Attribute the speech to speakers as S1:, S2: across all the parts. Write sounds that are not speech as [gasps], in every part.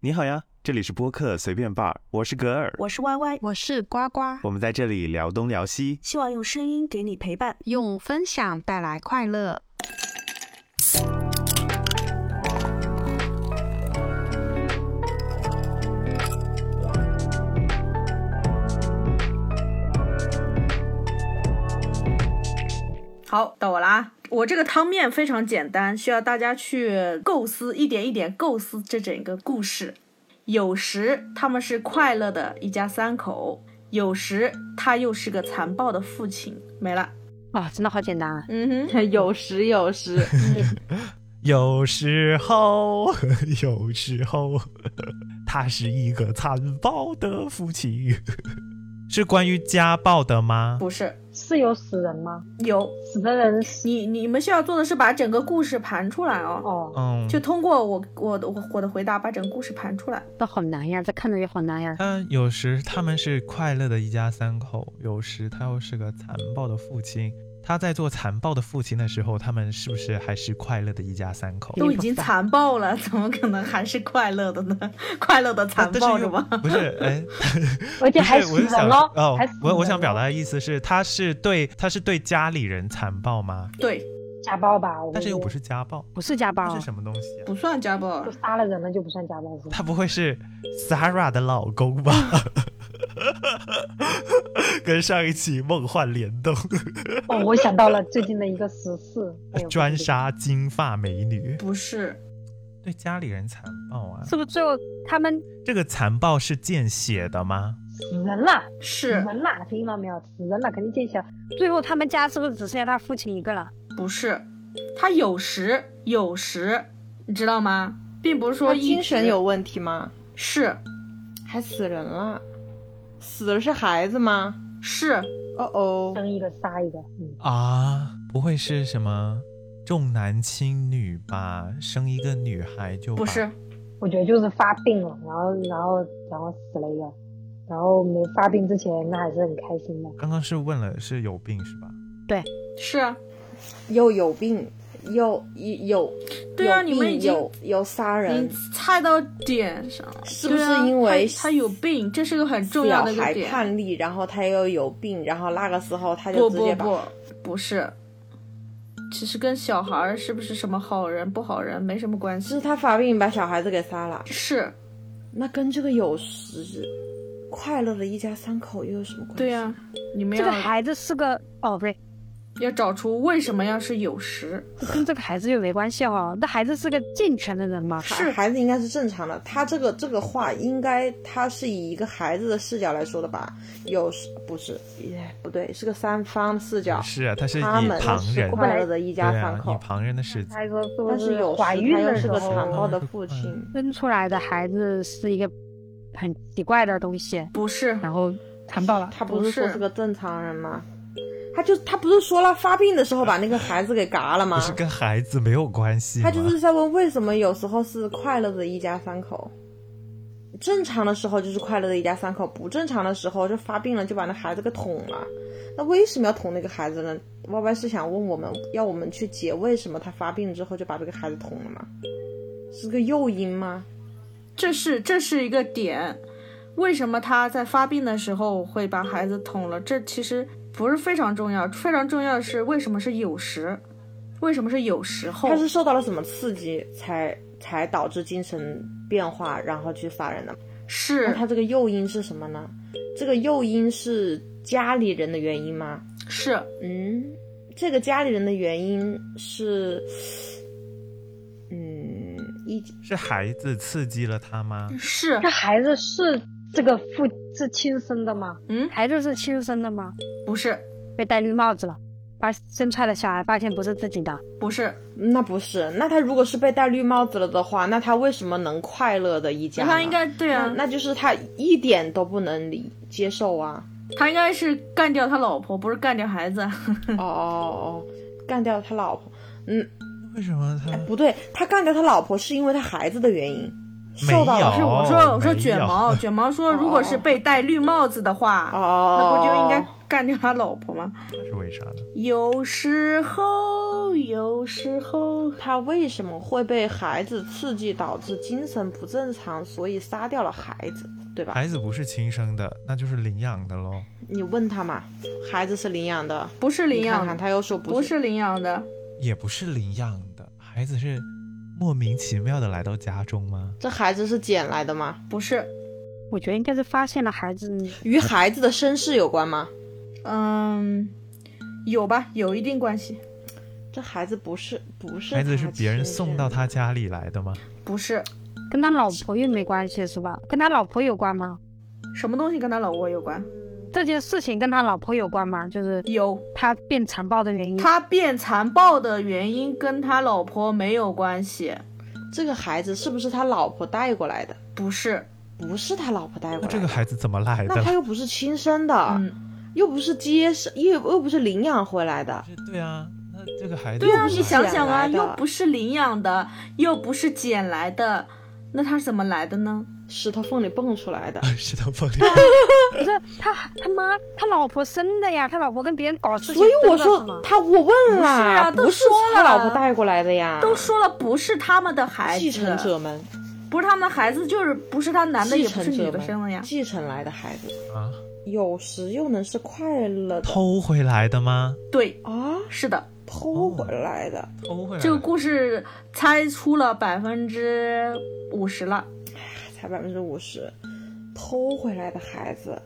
S1: 你好呀，这里是播客随便 bar，我是格尔，
S2: 我是 Y Y，
S3: 我是呱呱，
S1: 我们在这里聊东聊西，
S2: 希望用声音给你陪伴。
S3: 用分享带来快乐。
S2: 好，到我啦啊！我这个汤面非常简单，需要大家去构思，一点一点构思这整个故事。有时他们是快乐的一家三口，有时他又是个残暴的父亲。没了。
S3: 哇，真的好简单啊！
S2: 嗯哼， [laughs]
S4: 有时有时，
S5: 有时候， [laughs] 有时候，他是一个残暴的父亲。 [laughs] 是关于家暴的吗？
S2: 不是
S6: 是有死人吗？
S2: 有
S6: 死的人是
S2: 你你们需要做的是把整个故事盘出来哦，
S6: 哦，
S5: 嗯，
S2: 就通过我我的我的回答把整个故事盘出来。
S3: 都好难呀，这看着也好难呀。
S5: 他有时他们是快乐的一家三口，有时他又是个残暴的父亲。他在做残暴的父亲的时候，他们是不是还是快乐的一家三口？
S2: 都已经残暴了，怎么可能还是快乐的呢？ [laughs] 快乐的残
S5: 啊但
S2: 暴
S5: 是
S2: 是
S5: 又 [laughs]
S2: 吗？
S5: 不是，哎，
S6: 而且
S5: 不是
S6: 还死
S5: 我是想
S6: 人哦，
S5: 哦
S6: 还死人
S5: 我我想表达的意思是，他是对他是对家里人残暴吗？
S2: 对，
S6: [laughs] 家暴吧？我
S5: 但是又
S6: 觉
S5: 不
S6: 得
S5: 是家暴，
S3: 不是家暴
S5: 这是，什么东西、啊？
S2: 不算家暴
S6: 就杀了人了就不算家暴是吧？
S5: 他不会是 Sarah 的老公吧？ [laughs] 跟上一期梦幻联动，
S6: 哦，我想到了最近的一个时
S5: [laughs]
S6: 事，哎呦
S5: 专。杀金发美女，
S2: 不是，
S5: 对家里人残暴啊！
S3: 是不是最后他们
S5: 这个残暴是见血的吗？
S6: 死人了，死
S2: 是
S6: 人了，听到没有？死人了，肯定见血。
S3: 最后他们家是不是只剩下他父亲一个了？
S2: 不是？他有时有时，你知道吗？并不是说
S4: 他
S2: 一
S4: 精神
S2: 直
S4: 有问题吗？
S2: 是
S4: 还死人了？死的是孩子吗？
S2: 是
S4: 哦哦，
S6: 生一个杀一个，嗯，
S5: 啊，不会是什么重男轻女吧？生一个女孩就
S2: 不
S5: 把
S2: 是？
S6: 我觉得就是发病了，然后然后然后死了一个，然后没发病之前那还是很开心的。
S5: 刚刚是问了是有病是吧？
S2: 是啊，
S4: 又有病，又有
S2: 对啊
S4: 有病
S2: 你们已经
S4: 有有杀
S2: 你
S4: 人，
S2: 猜到点上了，
S4: 是不
S2: 对啊
S4: 是因为
S2: 他他有病？这是个很重要的一个
S4: 还
S2: 点。
S4: 判例，然后他又有病，然后那个时候他就
S2: 不
S4: 直
S2: 不
S4: 接把
S2: 不，不是。其实跟小孩儿是不是什么好人不好人没什么关
S4: 就是
S2: 系，
S4: 他发病把小孩子给杀了，
S2: 是
S4: 那跟这个有时快乐的一家三口又有什么关系？
S2: 对呀、啊你们
S3: 这
S2: 要、
S3: 个孩子是个哦，不对，
S2: 要找出为什么要是有时，
S3: 跟这个孩子又没关系哦。那孩子是个健全的人吗？
S4: 是孩子应该是正常的，他这个这个话应该他是以一个孩子的视角来说的吧？有时不是，也不对，是个三方视角，
S5: 是啊，他是以
S4: 他们
S5: 旁人
S4: 是快乐的一
S5: 对
S4: 家三
S5: 啊，
S4: 口
S5: 以，旁人的视角。
S6: 他说是不
S4: 但是有时他
S6: 怀孕
S4: 又
S6: 的
S4: 是
S6: 时
S4: 个
S6: 候，哦
S4: 残暴的父亲，
S3: 生出来的孩子是一个很奇怪的东西，
S2: 不是
S3: 然后残暴了。
S4: 他不是
S2: 不是
S4: 说是个正常人吗？他就他不是说了发病的时候把那个孩子给嘎了吗
S5: 不？是跟孩子没有关系吗？
S4: 他就是在问为什么有时候是快乐的一家三口，正常的时候就是快乐的一家三口，不正常的时候就发病了就把那孩子给捅了。那为什么要捅那个孩子呢歪歪是想问我们要我们去解为什么他发病之后就把这个孩子捅了吗？是个诱因吗？
S2: 这是这是一个点。为什么他在发病的时候会把孩子捅了？这其实不是非常重要，非常重要的是为什么是有时，为什么是有时候
S4: 他？是受到了什么刺激才才导致精神变化，然后去杀人的？那
S2: 是
S4: 他这个诱因是什么呢？这个诱因是家里人的原因吗？
S2: 是
S4: 嗯，这个家里人的原因是，嗯，一
S5: 是孩子刺激了他吗？
S4: 嗯
S2: 是
S6: 这孩子是这个父是亲生的吗？
S3: 孩子是亲生的吗？
S2: 嗯不是
S3: 被戴绿帽子了，把生出来的小孩发现不是自己的，
S2: 不是？
S4: 那不是，那他如果是被戴绿帽子了的话，那他为什么能快乐的一家呢？
S2: 他应该对啊
S4: 那，那就是他一点都不能理接受啊！
S2: 他应该是干掉他老婆，不是干掉孩子。
S4: 哦哦哦，干掉他老婆，嗯，
S5: 为什么他
S4: 哎不对，他干掉他老婆是因为他孩子的原因，
S5: 没
S4: 受到
S5: 有
S4: 了
S2: 是我说我说
S5: 没
S2: 卷
S5: 有
S2: 毛，卷毛说如果是被戴绿帽子的话，
S4: 哦，
S2: 那不就应该干掉他老婆吗？
S5: 是为啥呢？
S2: 有时候，有时候，
S4: 他为什么会被孩子刺激导致精神不正常，所以杀掉了孩子，对吧？
S5: 孩子不是亲生的，那就是领养的喽。
S4: 你问他嘛，孩子是领养的，
S2: 不是领
S4: 你看
S2: 养
S4: 看
S2: 的，
S4: 他又说
S2: 不是领养的，
S5: 也不是领养的，孩子是莫名其妙的来到家中吗？
S4: 这孩子是捡来的吗？
S2: 不是，
S3: 我觉得应该是发现了孩子嗯
S4: 与孩子的身世有关吗？
S2: 嗯，有吧，有一定关系，
S4: 这孩子不是不是
S5: 孩子
S4: 他
S5: 是别人
S4: 亲
S5: 送
S4: 生
S5: 到
S4: 的
S5: 他家里来的吗？
S2: 不是，
S3: 跟他老婆又没关系是吧？跟他老婆有关吗？
S2: 什么东西跟他老婆有关？
S3: 这件事情跟他老婆有关吗？就是
S2: 有，
S3: 他变残暴的原因。
S2: 他变残暴的原因跟他老婆没有关系，
S4: 这个孩子是不是他老婆带过来的？
S2: 不是，
S4: 不是他老婆带过来
S5: 那
S4: 的，
S5: 这个孩子怎么来的
S4: 那？他又不是亲生的，
S2: 嗯，
S4: 又不是接生，又又不是领养回来的，
S5: 对啊，那这个孩子
S2: 对啊，
S5: 怎么
S2: 你想
S4: 捡
S2: 想啊，
S4: 来的
S2: 又不是领养的，又不是捡来的，那他是怎么来的呢？
S4: 石头缝里蹦出来
S2: [laughs]
S4: 的。
S5: [laughs] 来是他放里，
S3: 不是他他妈他老婆生的呀，他老婆跟别人搞事情
S4: 所以我
S3: 生的是
S4: 说
S3: 吗
S4: 他，我问
S2: 不是
S4: 啦，
S2: 啊都
S4: 不是
S2: 说
S4: 他老婆
S2: 了
S4: 带过来的呀，
S2: 都说了不是他们的孩子，
S4: 啊继承者们，
S2: 不是他们的孩子，就是不是他男的
S4: 继
S2: 也不是
S4: 承
S2: 女
S4: 者
S2: 的生的呀
S4: 们，。继承来的孩子，
S5: 啊，
S4: 有时又能是快乐的
S5: 偷回来的吗？
S2: 对，
S4: 啊，
S2: 是的，
S4: 偷回来的，
S5: 偷回来的
S2: 这个故事猜出了百分之五十了，
S4: 才百分之五十，偷回来的孩子，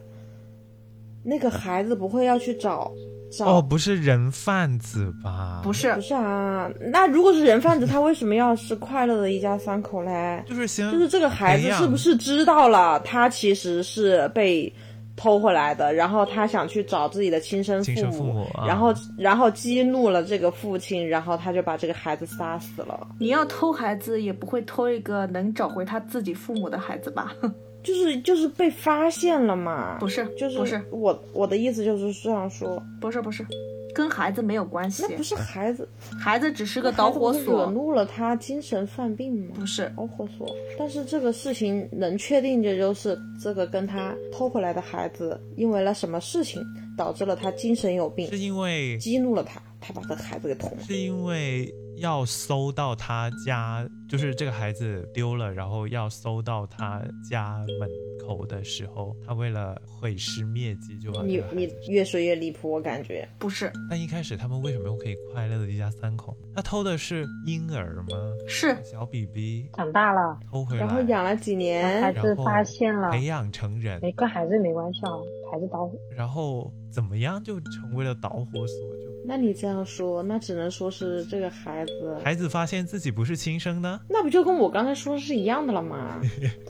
S4: 那个孩子不会要去找找
S5: 哦，不是人贩子吧？
S2: 不，是
S4: 不，是啊，那如果是人贩子，他为什么要是快乐的一家三口嘞？
S5: 就是先
S4: 就是这个孩子
S5: 培养
S4: 是不是知道了他其实是被偷回来的，然后他想去找自己的亲生
S5: 亲
S4: 父
S5: 生父母啊
S4: 然后然后激怒了这个父亲，然后他就把这个孩子杀死了。
S2: 你要偷孩子也不会偷一个能找回他自己父母的孩子吧？ [laughs]
S4: 就是就是被发现了嘛？
S2: 不是
S4: 就是
S2: 不是
S4: 我我的意思就是这样说，
S2: 不是不是，跟孩子没有关系
S4: 那，不是孩子，
S2: 孩子只是
S4: 这
S2: 个导火
S4: 惹
S2: 索，
S4: 怒了他精神犯病吗？
S2: 不是。
S4: 导火索。但是这个事情能确定的就是，这个跟他偷回来的孩子因为了什么事情导致了他精神有病
S5: 是，因为
S4: 激怒了他，他把这个孩子给捅了。
S5: 是因为要搜到他家，就是这个孩子丢了，然后要搜到他家门口的时候，他为了毁尸灭迹就把
S2: 哦
S5: 这
S4: 你
S5: 个孩
S4: 你
S5: 子杀
S4: 越说越离谱，我感觉
S2: 不是，
S5: 但一开始他们为什么又可以快乐的一家三口？他偷的是婴儿吗？
S2: 是
S5: 小 BB
S6: 长大了，
S5: 偷回来，
S4: 然后养了几
S6: 孩
S4: 年，
S6: 子发现了，
S5: 培养成人，
S6: 没哎跟孩子没关系啊，孩子捣
S5: 然后怎么样就成为了导火索？就
S4: 那你这样说，那只能说是这个孩子，
S5: 孩子发现自己不是亲生呢？
S4: 那不就跟我刚才说的是一样的了吗？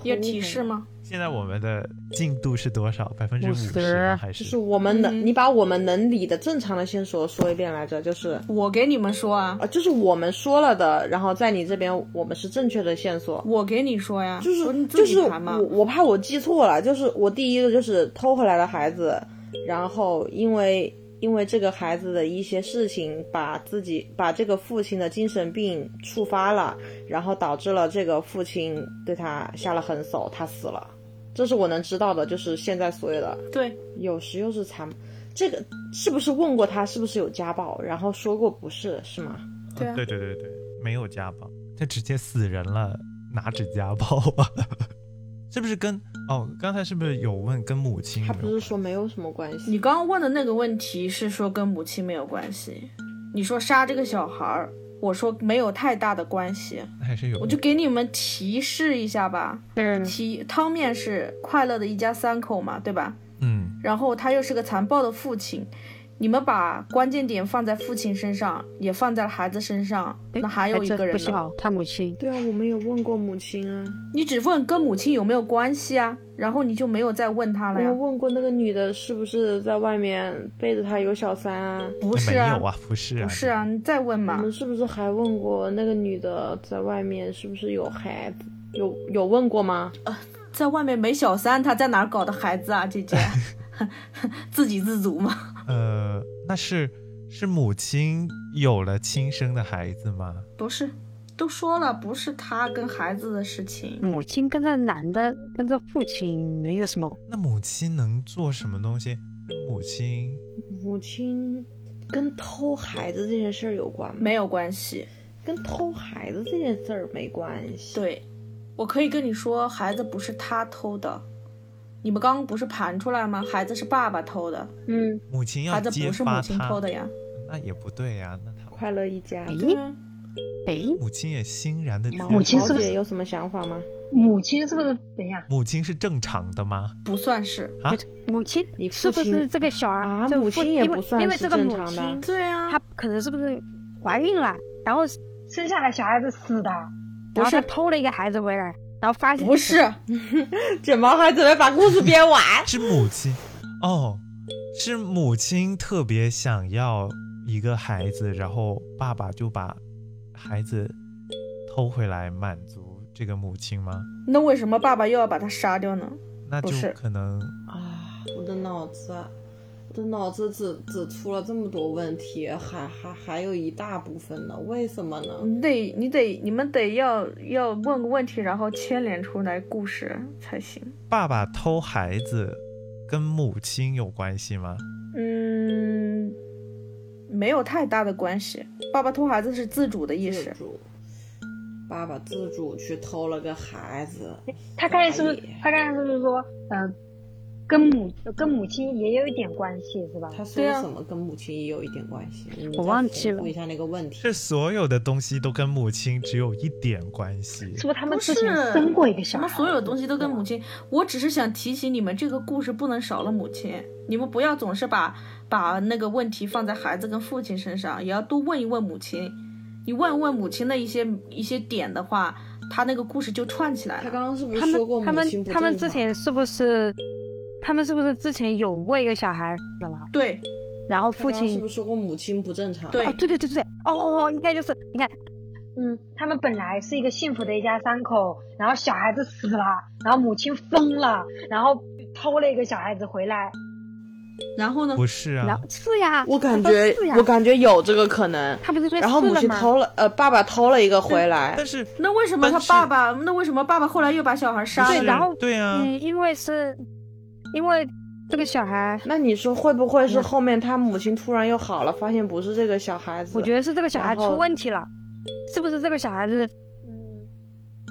S2: 有提示吗？
S5: 现在我们的进度是多少？百分之
S3: 50%
S5: 还
S4: 就是是我们能，
S2: 嗯
S4: 你把我们能理的正常的线索说一遍来着，就是
S2: 我给你们说啊，
S4: 呃，就是我们说了的，然后在你这边我们是正确的线索，
S2: 我给你啊说呀，
S4: 就
S2: 不
S4: 是
S2: 你
S4: 就
S2: 自己
S4: 是
S2: 盘嘛
S4: 我。我怕我记错了，就是我第一个就是偷回来的孩子，然后因为因为这个孩子的一些事情，把自己把这个父亲的精神病触发了，然后导致了这个父亲对他下了狠手，他死了。这是我能知道的，就是现在所有的
S2: 对，
S4: 有时又是残，这个是不是问过他是不是有家暴，然后说过不是是吗？
S2: 对啊
S5: 对对对对，没有家暴，他直接死人了，哪止家暴啊？ [laughs] 是不是跟哦？刚才是不是有问跟母亲有
S4: 他
S5: 没有关？
S4: 不是说没有什么关系，
S2: 你刚刚问的那个问题是说跟母亲没有关系，你说杀这个小孩儿，我说没有太大的关系，
S5: 那还是有？
S2: 我就给你们提示一下吧。
S3: 是
S2: 提汤面是快乐的一家三口嘛，对吧？
S5: 嗯，
S2: 然后他又是个残暴的父亲，你们把关键点放在父亲身上，也放在了孩子身上，
S3: 诶
S2: 那还有一个
S3: 孩子不
S2: 人呢？
S3: 孝，他母亲。
S4: 对啊，我们有问过母亲啊，
S2: 你只问跟母亲有没有关系啊，然后你就没有再问他
S4: 我
S2: 了呀
S6: 啊
S4: 们？问过那个女的是不是在外面背着他有小三啊？
S2: 不是
S5: 没
S2: 啊
S5: 有，啊，不是啊，
S2: 不是啊，你再问
S6: 嗯
S4: 我
S2: 嘛
S4: 们。是不是还问过那个女的在外面是不是有孩子？有有问过吗？
S2: 在外面没小三，他在哪儿搞的孩子啊，姐 [laughs]
S5: [laughs]
S2: 姐？自给自足吗？
S5: 呃，那是是母亲有了亲生的孩子吗？
S2: 不是，都说了不是他跟孩子的事情，
S3: 母亲跟这男的，跟这父亲没有什么，
S5: 那母亲能做什么东西？母亲
S4: 母亲跟偷孩子这件事儿有关吗？
S2: 没有关系。
S4: 跟偷孩子这件事儿没关系。，
S2: 对，我可以跟你说，孩子不是他偷的。你们刚刚不是盘出来吗？孩子是爸爸偷的，
S6: 嗯，
S5: 母亲要
S2: 孩子
S5: 揭
S2: 不是
S5: 发
S2: 母亲
S5: 他，
S2: 偷的呀。
S5: 那也不对呀、那他
S4: 快乐一家。
S2: 对
S3: 诶
S2: 啊
S3: 诶，
S5: 母亲也欣然的接
S4: 毛
S6: 哎母亲
S4: 毛
S6: 是不是
S4: 姐有什么想法吗？
S6: 母亲是不是？等一下，
S5: 母亲是正常的吗？
S2: 不算是。
S3: 母亲
S4: 你父
S3: 是不是
S4: 亲
S3: 这个小孩？
S4: 啊
S3: 这个
S4: 母
S3: 父
S4: 亲也
S3: 因为
S4: 不算
S3: 因为
S4: 是
S3: 这个
S4: 正
S3: 母
S4: 常的
S3: 亲，
S2: 对啊，
S3: 她可能是不是怀孕了，然后
S6: 生下来小孩子死的，
S3: 然后
S2: 是
S3: 她偷了一个孩子回来，然后发现
S2: 不是，
S4: 卷毛还准备把故事编完。
S3: 啊
S5: 是母亲，哦，是母亲特别想要一个孩子，然后爸爸就把孩子偷回来满足这个母亲吗？
S2: 那为什么爸爸又要把他杀掉呢？
S5: 那就
S2: 不是
S5: 可能
S4: 啊，我的脑子，我的脑子只只出了这么多问题，还还还有一大部分呢，为什么呢？
S3: 嗯
S2: 你得，你得，你们得要要问个问题，然后牵连出来故事才行。
S5: 爸爸偷孩子跟母亲有关系吗？
S2: 嗯，没有太大的关系。爸爸偷孩子是自主的意
S4: 自
S2: 识，
S4: 主，爸爸自主去偷了个孩子，
S6: 他刚才是不是
S4: 所以？
S6: 他刚才是不是说，呃，跟母跟母亲也有一点关系是吧？
S4: 他说
S2: 对啊
S4: 什么跟母亲也有一点关系？你
S3: 我
S4: 再
S3: 忘记
S4: 重复
S3: 了
S4: 一下那个问题。
S5: 是所有的东西都跟母亲只有一点关系
S6: 是？不是他们
S2: 不
S6: 之
S2: 是
S6: 前生过一个
S2: 什
S6: 小
S2: 么
S6: 孩？
S2: 所有东西都跟母亲。我只是想提醒你们，这个故事不能少了母亲。你们不要总是把把那个问题放在孩子跟父亲身上，也要多问一问母亲。你问问母亲的一些一些点的话，他那个故事就串起来
S4: 他
S2: 了。
S4: 刚刚是不
S3: 他
S4: 是说过
S3: 们他
S4: 母亲
S3: 们
S4: 不
S3: 他们之
S4: 正常
S3: 前是不是他们是不是之前有过一个小孩死了，
S2: 对
S3: 然后
S4: 他
S3: 父
S4: 刚刚是
S3: 亲
S4: 不是说过母亲不正常？
S2: 对
S3: 哦，对对对对对，哦哦哦，应该就是你看，
S6: 嗯，他们本来是一个幸福的一家三口，然后小孩子死了，然后母亲疯了，然后偷了一个小孩子回来，嗯
S2: 然后呢？
S5: 不是
S3: 然
S5: 啊
S3: 后，是呀，
S4: 我感
S3: 他说
S4: 觉
S3: 是呀，
S4: 我感觉有这个可能。
S3: 他不是说
S4: 然后
S3: 是
S4: 母
S3: 了
S4: 亲
S3: 吗
S4: 偷了，呃，爸爸偷了一个回来，
S5: 但是
S2: 那为什么他
S5: 但是
S2: 爸爸？那为什么爸爸后来又把小孩杀
S5: 但
S2: 了呢？
S5: 是
S3: 对然后
S5: 对啊，
S3: 嗯，因为是，因为这个小孩，
S4: 那你说会不会是后面他母亲突然又好了，发现不是这个小孩子？
S3: 我觉得是这个小孩
S4: 然后
S3: 出问题了，是不是这个小孩子，
S5: 嗯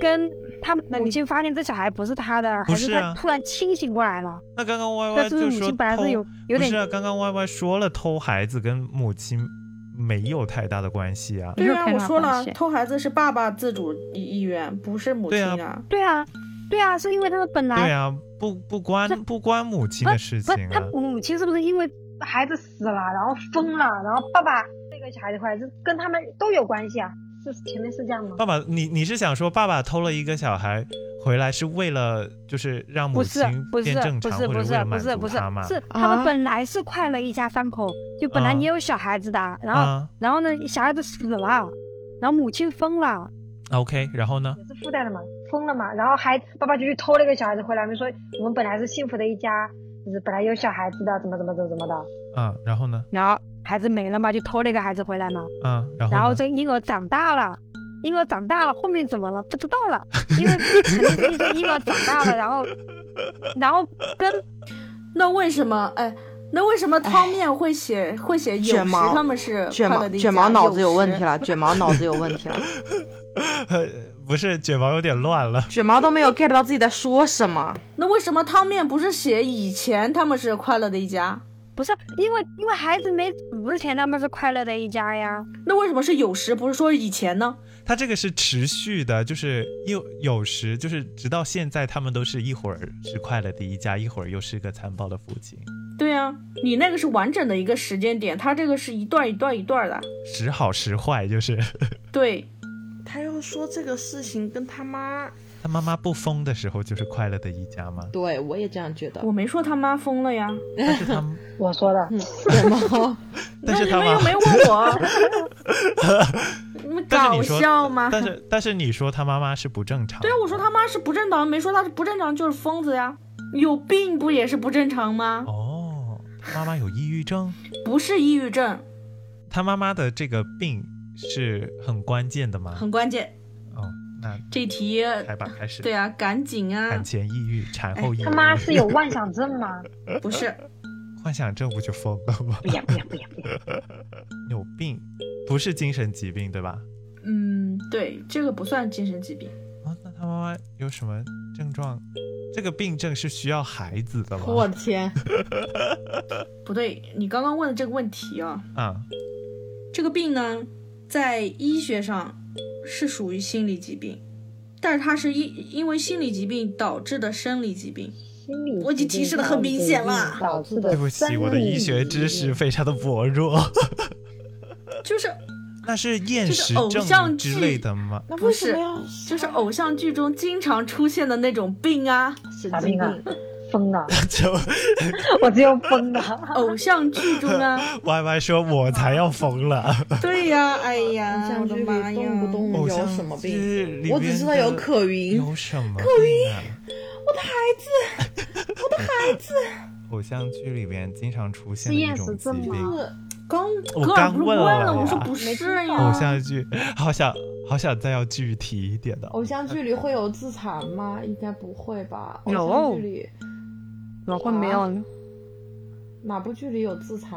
S3: 跟他母亲发现这小孩不是他的，还
S5: 是啊
S3: 他突然清醒过来了？
S5: 那刚刚 Y
S3: 那
S5: Y
S3: 是不是
S5: 就
S3: 母
S5: 说
S3: 亲本来
S5: 偷
S3: 是有有
S5: 不
S3: 点
S5: 是啊，刚刚 Y Y 说了，偷孩子跟母亲没有太大的关系啊。
S2: 对
S3: 没有
S2: 啊，
S3: 太
S2: 我
S3: 大
S2: 说
S3: 关
S2: 了
S3: 系，
S2: 偷孩子是爸爸自主意意愿，不是母
S5: 对
S2: 亲
S5: 啊
S2: 啊。
S3: 对啊，对啊，是因为他们本来
S5: 对啊，不不关不关母亲的事
S3: 不
S5: 情
S3: 是他
S5: 啊。
S3: 母亲是不是因为
S6: 孩子死了，然后疯了，然后爸爸那个小孩子回来，这跟他们都有关系啊？是前面是这样吗？
S5: 爸爸，你你是想说爸爸偷了一个小孩回来是为了就是让母
S3: 不是
S5: 亲
S3: 不是
S5: 变正
S3: 不
S5: 常，
S3: 是
S5: 或
S3: 不
S5: 者为
S3: 是
S5: 了
S3: 不
S5: 满
S3: 是
S5: 足
S3: 不是
S5: 他嘛？
S3: 是他们
S4: 啊
S3: 本来是快乐一家三口，就本来
S5: 嗯
S3: 也有小孩子的，然后、
S5: 啊
S3: 然后呢小孩子死了，然后母亲疯了，
S5: ，OK，然后呢？
S6: 也是附带的嘛，疯了嘛，然后还爸爸就去偷了一个小孩子回来，我们说我们本来是幸福的一家，就是本来有小孩子的，怎么怎么怎么怎么的，
S5: 嗯，然后呢？
S3: 然后孩子没了嘛，就偷了一个孩子回来嘛，
S5: 嗯，然后
S3: 然后
S5: 呢
S3: 这婴儿长大了。婴儿长大了，后面怎么了？不知道
S5: [laughs]
S3: 了，因为肯定是婴儿长大了，然后，然后跟
S2: 那为什么？哎，那为什么汤面会写会写有时
S4: 哎卷毛
S2: 他们是
S4: 卷
S2: 快
S4: 毛
S2: 乐的一
S4: 卷
S2: 家
S4: 毛脑子有问题？
S2: 时
S4: 了，卷毛脑子有问题了，
S5: [laughs] 不是卷毛有点乱了。
S4: 卷毛都没有 get 到自己在说什么。
S2: 那为什么汤面不是写以前他们是快乐的一家？
S3: 不是因为因为孩子没死之前他们是快乐的一家呀，
S2: 那为什么是有时不是说以前呢？
S5: 他这个是持续的，就是有有时就是直到现在，他们都是一会儿是快乐的一家，一会儿又是个残暴的父亲，
S2: 对啊，你那个是完整的一个时间点，他这个是一段一段一段的。
S5: 时好时坏，就是 [laughs]
S2: 对，
S4: 他又说这个事情跟他妈，
S5: 他妈妈不疯的时候就是快乐的一
S6: [laughs]
S5: 家吗？
S4: 对我也这样觉得
S2: 我。没说他妈疯了呀，
S5: 但是他，
S6: [laughs] 我说的，
S4: 卷毛，
S5: [laughs] 但是
S2: 嗯你
S5: 他
S2: 们又
S5: 妈
S2: 没，问我，你们
S5: [laughs] 但是
S2: 搞
S5: 你说
S2: 笑吗？
S5: 但是但是你说他妈妈是不正常，
S2: 对啊，我说他妈是不正常，没说他是不正常就是疯子呀。有病不也是不正常吗？
S5: 哦，他妈妈有抑郁症，
S2: 不是抑郁症，
S5: 他妈妈的这个病是很关键的吗？
S2: 很关键。
S5: 哦，那
S2: 这题，
S5: 来吧，开始。
S2: 对啊，哎赶紧啊
S5: 产，前抑郁，产后抑郁。
S6: 他妈是有妄想症
S3: [laughs]
S6: 吗？
S2: 不是，
S5: 幻想症不就疯了吗？ [laughs]
S6: 不要不要不要不要！
S5: 有病，不是精神疾病对吧？
S2: 嗯，对，这个不算精神疾病。
S5: 啊，那他妈妈有什么症状？这个病症是需要孩子的吗？
S4: 我的 [laughs] 天，
S2: 不对，你刚刚问的这个问题啊，
S5: 啊，
S2: 这个病呢，在医学上是属于心理疾病，但是它是因因为心理疾病导致的生理疾病。
S7: 心理
S2: 我已经提示得很明显了
S7: 导致的
S5: 对不起，我的医学知识非常的薄弱。
S2: 就是
S5: 那是厌
S2: 就是
S5: 食
S2: 偶像
S5: 症之类的吗？
S4: 那
S2: 不
S4: 为什
S2: 是
S4: 么要
S2: 就是偶像剧中经常出现的那种病啊，
S4: 神
S6: 啥
S4: 经
S6: 病啊
S4: 病？
S6: 疯了，
S4: [laughs]
S5: 就
S6: 我只有疯了。
S7: 啊
S2: 偶像剧中啊，
S5: Y Y 说，我才要疯了。
S2: [laughs] 对呀、哎呀，
S4: 像
S2: 我
S4: 这
S2: 的
S4: 里
S2: 妈呀，
S4: 动不动
S5: 偶
S4: 嗯有
S5: 像
S4: 什么病？
S5: 剧里
S4: 我只
S5: 面
S4: 知道有
S5: 的
S4: 可云
S5: 有什么可云、啊？
S4: 我的孩子，
S5: [laughs] 偶像剧里边经常出现
S7: 是
S5: 的一
S7: 厌
S5: 种
S7: 食
S5: 疾
S7: 症
S5: 病。
S7: 吗
S2: 刚
S5: 我
S2: 戈尔
S5: 刚
S2: 不是
S5: 问
S2: 问
S5: 了
S2: 我
S5: 呀
S2: 说不啊是呀，
S5: 偶像剧，好想好想再要具体一点的。
S4: 偶像剧里会有自残吗？应该不会吧？偶
S3: 有
S4: 像剧里
S3: 怎么会没有呢？
S4: 哪部剧里有自残？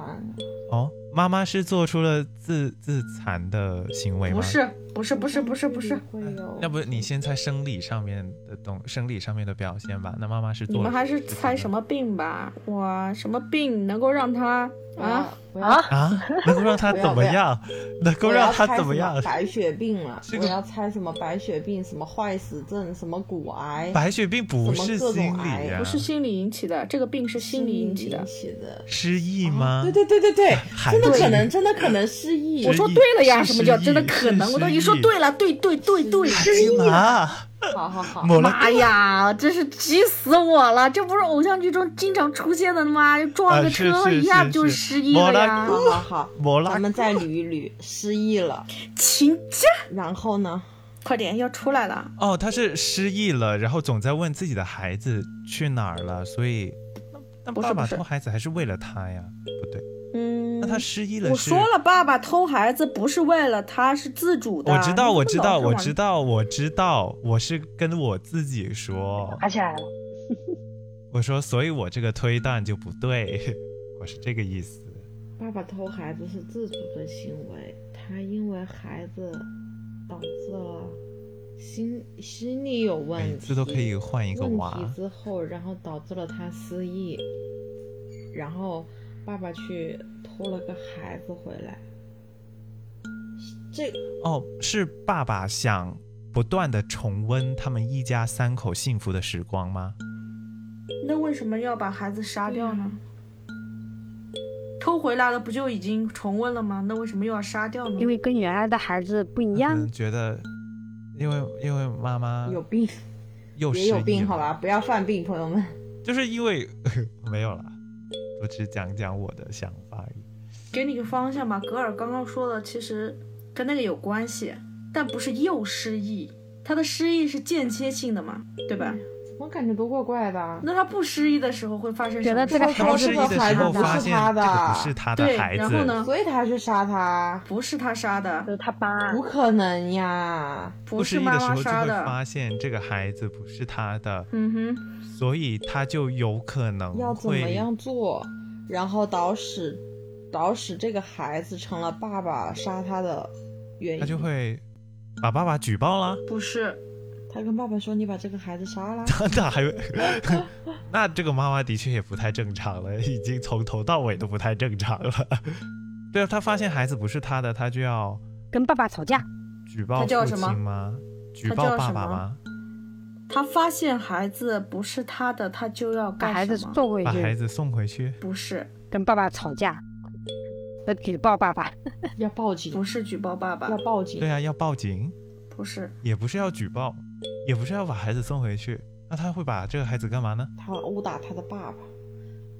S5: 哦，妈妈是做出了自自残的行为吗？
S2: 不，是不是不是不是不是，
S4: 会有？
S5: 要不你先猜生理上面的东，生理上面的表现吧。那妈妈是做
S2: 你们还是
S5: 自残
S2: 猜
S5: 的
S2: 什么病吧？哇，什么病能够让他啊？
S4: 啊啊！
S5: 啊？能够让他怎么
S2: [laughs]
S5: 样？能够
S4: 我要
S5: 让
S4: 猜
S5: 他
S4: 什
S5: 怎么样？
S4: 白血病了，
S5: 这个
S4: 我要猜什么白血病、什么坏死症、什么骨癌，
S5: 白血病不
S4: 什
S5: 是
S4: 么各种
S5: 心
S4: 癌
S5: 理呀、
S2: 不是心理引起的，这个病是心理引起的
S4: 引。起的。
S5: 失忆
S2: 啊
S5: 吗？
S4: 对对对对对，
S5: [laughs] 孩
S4: 真的
S5: 子
S4: 可能，真的可能失忆。
S2: 我说对了呀，
S5: 是
S2: 什么叫
S5: 失忆
S2: 真的可能？
S5: 是
S2: 我都已经说
S5: 失忆
S2: 对了，对对对对，失忆了。
S5: 啊，
S4: 好好好，
S5: 抹了
S2: 妈呀，真是急死我了！这不是偶像剧中经常出现的吗？撞个
S5: 啊是
S2: 车
S5: 是
S2: 一下
S5: 是
S2: 就是失忆了呀！
S4: [laughs] 好好好，
S5: 抹了
S4: 咱们再捋一捋，失忆了，
S2: 请假，
S4: 然后呢？
S2: 快点要出来了。
S5: 哦，他是失忆了，然后总在问自己的孩子去哪儿了，所以那那
S2: 不是
S5: 爸爸
S2: 不是
S5: 偷孩子还是为了他呀？不对，
S2: 嗯
S5: 那他失忆了
S2: 我
S5: 是
S2: 说了，爸爸偷孩子不是为了他，是自主的。
S5: 我知道，
S2: 你
S5: 我
S2: 不
S5: 知
S2: 老
S5: 道，
S2: 是
S5: 我
S2: 往
S5: 知道，我知道，我是跟我自己说，
S6: 爬起来了，
S5: 我说，所以我这个推断就不对， [laughs] 我是这个意思。
S4: 爸爸偷孩子是自主的行为，他因为孩子导致了心心理有问题，
S5: 每次都可以换一个娃
S4: 问题之后，然后导致了他失忆，然后爸爸去偷了个孩子回来，这
S5: 哦，是爸爸想不断的重温他们一家三口幸福的时光吗？
S2: 那为什么要把孩子杀掉呢？
S3: 啊
S2: 偷回来了不就已经重温了吗？那为什么又要杀掉呢？
S3: 因为跟原来的孩子不一
S5: 可
S3: 样
S5: 能，觉得，因为因为妈妈
S4: 有病，
S5: 又
S4: 也有
S5: 失忆
S4: 病，好
S5: 了
S4: 吧，不要犯病，朋友们。
S5: 就是因为 [laughs] 没有啦，我只讲讲我的想法而已。
S2: 给你个方向吧。格尔刚刚说的其实跟那个有关系，但不是又失忆，他的失忆是间歇性的嘛，对吧？
S3: 嗯
S4: 我感觉都怪怪的啊，
S2: 那他不失忆的时候会发生什
S3: 觉
S2: 么
S3: 得
S2: 事？
S3: 这个
S4: 然后
S3: 孩
S5: 后
S3: 子
S5: 失
S4: 这
S5: 忆
S4: 个
S5: 的
S4: 孩
S5: 时
S4: 子
S5: 候
S4: 不是
S5: 发现
S4: 他
S5: 这个
S4: 的
S5: 不是他
S2: 对
S5: 的孩子，
S2: 然后呢
S4: 所以他去杀他，
S2: 不是他杀的
S7: 就，是他爸
S4: 不可能呀！
S5: 不
S2: 不
S5: 失
S2: 是
S5: 忆
S2: 妈
S5: 的时
S2: 妈
S5: 候就
S2: 杀
S5: 会
S2: 的。
S5: 发现这个孩子不是他的，
S2: 嗯哼，
S5: 所以他就有可能
S4: 要怎么
S5: 会
S4: 样做，然后导使导使这个孩子成了爸爸杀他的原因。
S5: 他就会把爸爸举
S2: [laughs]
S5: 报啦。
S2: 不是，
S4: 他跟爸爸说：“你把这个孩子杀了。
S5: 那还 [laughs] 那这个妈妈的确也不太正常了，已经从头到尾都不太正常了。 [laughs] 对啊，他发现孩子不是他的，他就要
S3: 跟爸爸吵架，
S5: 举报
S2: 他叫
S5: 父
S2: 什么
S5: 亲吗？举
S2: 他
S5: 报
S2: 叫
S5: 爸
S2: 什
S5: 爸
S2: 么
S5: 吗？
S2: 他发现孩子不是他的，他就要
S3: 把
S2: 干
S3: 孩子
S2: 什么？
S3: 送回
S5: 把孩
S3: 去，
S5: 子送回去。
S2: 不是，
S3: 跟爸爸吵架，要举报爸爸。
S4: 要报警，
S2: 不是举报爸爸
S4: 要，报警
S5: 对。啊，要报警，
S2: 不是。
S5: 也不是要举报，也不是要把孩子送回去。那他会把这个孩子干嘛呢？
S4: 他殴打他的爸爸，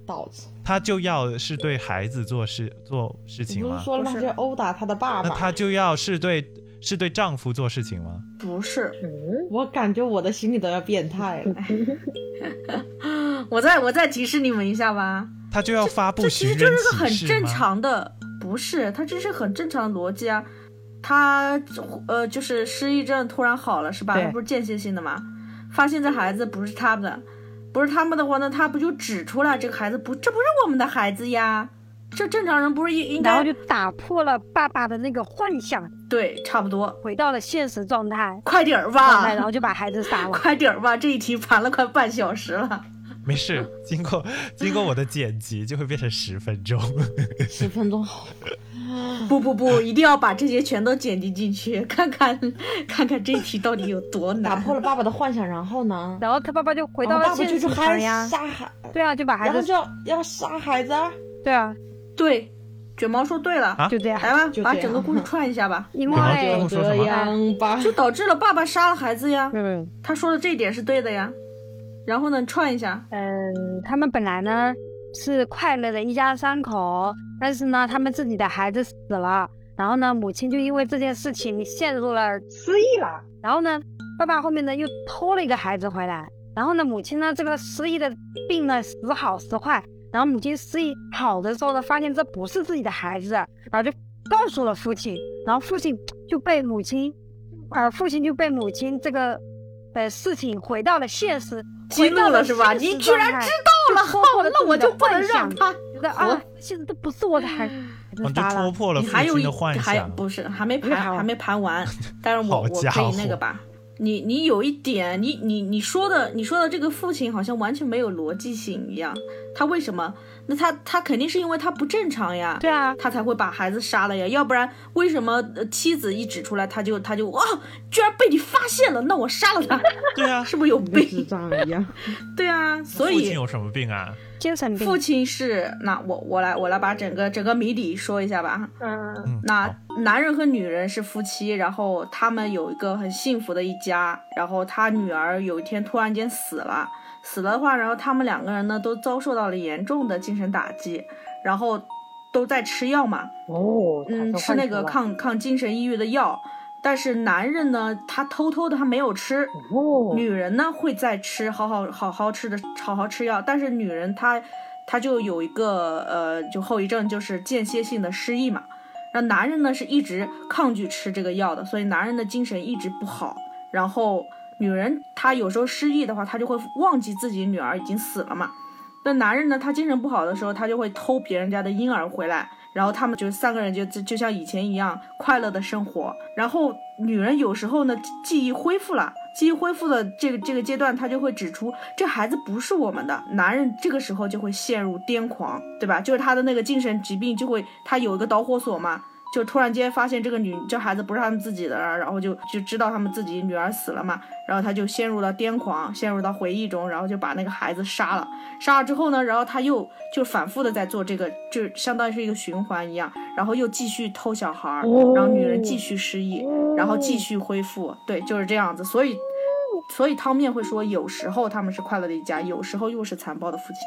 S4: 导致
S5: 他就要是对孩子做事做事
S4: 你
S5: 情
S4: 不是
S5: 吗？
S4: 说了吗？
S2: 不
S4: 他
S2: 是
S4: 就殴打他的爸
S5: 那
S4: 爸。
S5: 他就要是对是对丈夫做事情吗？
S2: 不是， [gasps]
S6: 嗯
S4: 我感觉我的心里都要变态了。
S2: 我再我再提示你们一下吧，
S5: 他就要发布
S2: 这其
S5: 寻
S2: 实
S5: 人
S2: 就是个
S5: 启
S2: 很
S5: 事
S2: 正
S5: 吗？
S2: 常的，不是，它这是很正常的逻辑啊。他呃就是失忆症突然好了是吧？
S7: 对
S2: 他不是间歇性的吗？发现这孩子不是他们的，不是他们的话，那他不就指出来这个孩子不这不是我们的孩子呀？这正常人不是应应
S3: 然后
S2: 该
S3: 就打破了爸爸的那个幻想，
S2: 对差不多，
S3: 回到了现实状态。
S2: 快点儿
S3: 状态，然
S2: 吧，
S3: 后就把孩子杀了。
S2: [laughs] 快点儿吧，这一题盘了快半小时了。
S5: 没事，经过经过我的剪辑就会变成十分钟。
S4: 十分钟好，
S2: 不不不，一定要把这些全都剪辑进去， [laughs] 看看看看这一题到底有多
S4: 打
S2: 难。
S4: 破了爸爸的幻想，然后呢？
S3: 然后他爸爸就回
S4: 然
S3: 到
S4: 后
S3: 了
S4: 爸爸
S3: 现
S4: 就去
S3: 实
S4: 嗨
S3: 场呀，
S4: 杀孩，
S3: 对啊，就把孩
S4: 然后
S3: 子，
S4: 就要要杀孩子啊，
S3: 对啊，
S2: 对，卷毛说对了，
S5: 啊
S3: 就这样。。
S2: 来吧
S4: 就，这
S2: 把
S4: 样
S2: 整个故事串一下吧
S3: [laughs] 因
S5: 卷毛最
S3: 为哎
S5: 后说什
S4: 这
S5: 么？
S4: 样吧。
S2: 就导致了爸爸杀了孩子呀，
S3: 嗯，
S2: 他说的这一点是对的呀。然后呢，串一下，
S3: 嗯，他们本来呢是快乐的一家三口，
S2: 嗯
S3: 但是呢，他们自己的孩子死了，然后呢，母亲就因为这件事情陷入了，
S6: 失忆了，
S3: 然后呢，爸爸后面呢又偷了一个孩子回来，然后呢，母亲呢这个失忆的病呢时好时坏，然后母亲失忆好的时候呢，发现这不是自己的孩子，然后就告诉了父亲，然后父亲就被母亲，呃，父亲就被母亲这个。呃，事情回到了现实，
S2: 激怒了是吧
S3: 回到了现实
S2: 你居然
S3: 状
S2: 知
S3: 态就
S2: 道了，
S3: 戳
S2: 好
S3: 破了
S2: 了，那
S3: 自己
S2: 我
S3: 的
S2: 就不能
S3: 幻
S2: 让
S3: 想
S2: 他。
S3: 觉得
S2: 活
S3: 啊，现在都不是我的孩子，[laughs]
S5: 哦，
S3: 就
S5: 就
S3: 杀
S5: 戳
S3: 了。
S5: 破了
S2: 你
S5: 父
S2: 还有
S5: 亲
S2: 一
S5: 的幻
S2: 还
S5: 想。
S2: 不是还没
S3: 没盘
S2: 盘
S3: 完
S2: 还没盘
S5: [laughs]
S2: 完，但是我
S5: 好
S2: 我
S5: 家
S2: 可
S5: 伙
S2: 以那个吧。你你有一点，你你你说的你说的这个父亲好像完全没有逻辑性一样，他为什么？那他他肯定是因为他不正常呀。
S3: 对啊，
S2: 他才会把孩子杀了呀，要不然为什么呃妻子一指出来，他就他就哇、居然被你发现了，那我杀了他，
S5: 对啊，
S2: 是不是有
S4: 跟智
S2: 病？
S4: 障一样，
S2: 对啊， [laughs] 所
S5: 父亲
S2: 以
S5: 有什么病啊？
S3: 精神病
S2: 父。亲是那我我来我来把整个整个谜底说一下吧。
S6: 嗯，
S5: 嗯，
S2: 呃那
S5: 好
S2: 男人和女人是夫妻，然后他们有一个很幸福的一家，然后他女儿有一天突然间死了，死了的话，然后他们两个人呢都遭受到了严重的精神打击，然后都在吃药嘛，
S6: 哦，
S2: 嗯，
S6: 他
S2: 吃
S6: 说
S2: 那个
S6: 换成了
S2: 抗抗精神抑郁的药，但是男人呢，他偷偷的他没有吃，
S6: 哦，
S2: 女人呢会在吃，好好好好吃的好好吃药，但是女人她她就有一个呃就后遗症就是间歇性的失忆嘛，那男人呢是一直抗拒吃这个药的，所以男人的精神一直不好，然后女人她有时候失忆的话，她就会忘记自己女儿已经死了嘛。那男人呢，他精神不好的时候，他就会偷别人家的婴儿回来，然后他们就三个人就就就像以前一样快乐的生活。然后女人有时候呢，记忆恢复了，记忆恢复的这个这个阶段，她就会指出这孩子不是我们的。男人这个时候就会陷入癫狂，对吧？就是他的那个精神疾病就会，他有一个导火索嘛，就突然间发现这个女这孩子不是他们自己的，然后就就知道他们自己女儿死了嘛，然后他就陷入了癫狂，陷入到回忆中，然后就把那个孩子杀了。杀了之后呢，然后他又就反复的在做这个，就是相当于是一个循环一样，然后又继续偷小孩儿，
S6: 哦
S2: 然后女人继续失忆，然后继续恢复，对，就是这样子。所以，所以汤面会说，有时候他们是快乐的一家，有时候又是残暴的父亲。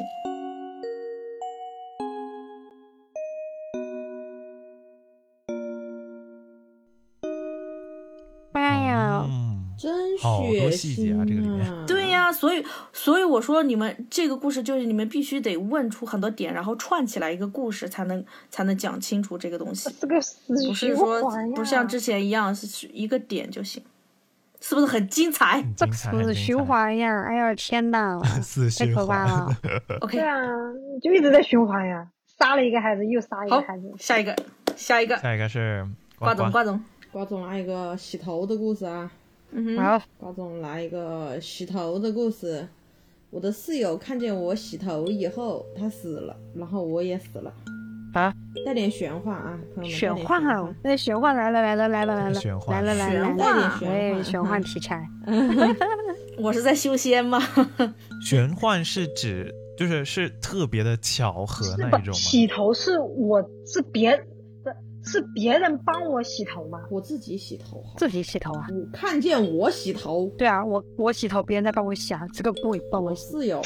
S3: 哎呀，
S5: 嗯，
S4: 真血腥、啊、
S5: 好多细节啊这个里面
S2: 对、呀、所以所以我说你们这个故事就是你们必须得问出很多点，然后串起来一个故事，才能才能讲清楚这个东西，
S6: 是个死
S2: 不
S6: 循
S2: 是说
S6: 环呀，
S2: 不像之前一样是一个点就行，是不是很精彩
S5: 很
S3: 这
S5: 精
S3: 个
S5: 彩很
S3: 死
S5: 精
S3: 循
S5: 彩
S3: 环呀！哎呀，天
S5: [laughs]
S3: 呐，
S5: 死
S3: 太
S5: 循
S3: 可怕
S5: 环。
S3: 了！
S5: [laughs]
S2: ？OK，
S6: 对啊，就一直在循环呀，杀了一个孩子又杀一个
S2: 好
S6: 孩子，，
S2: 下一个，下一个，
S5: 下一个是
S2: 瓜总，瓜
S5: 瓜，
S2: 总，
S4: 瓜总来一个洗头的故事啊，
S2: 嗯哼，
S3: 好，
S4: 瓜总来一个洗头的故事。我的室友看见我洗头以后，他死了，然后我也死了。
S7: 啊，
S4: 带点玄幻啊，朋友们，
S3: 玄
S4: 带点
S3: 幻啊！那玄幻来了来了来了来了
S5: 玄幻
S3: 来了来了
S2: 玄
S3: 来
S2: 幻
S3: 了
S2: 啊！
S3: 哎，玄
S4: 玄
S3: 幻
S4: 幻
S3: 题材，
S2: 我是在修仙吗？ [laughs]
S5: 玄幻是指就是是特别的巧合
S6: 是
S5: 那
S6: 吧
S5: 一？种
S6: 洗
S5: 吗？
S6: 头是我是别不是别人帮我洗头吗？
S4: 我自己洗头好。
S3: 自己洗头啊？
S4: 我看见我洗头，
S3: 对啊，我我洗头，别人在帮我洗啊，这个不帮我
S4: 我
S3: 洗。
S4: 室友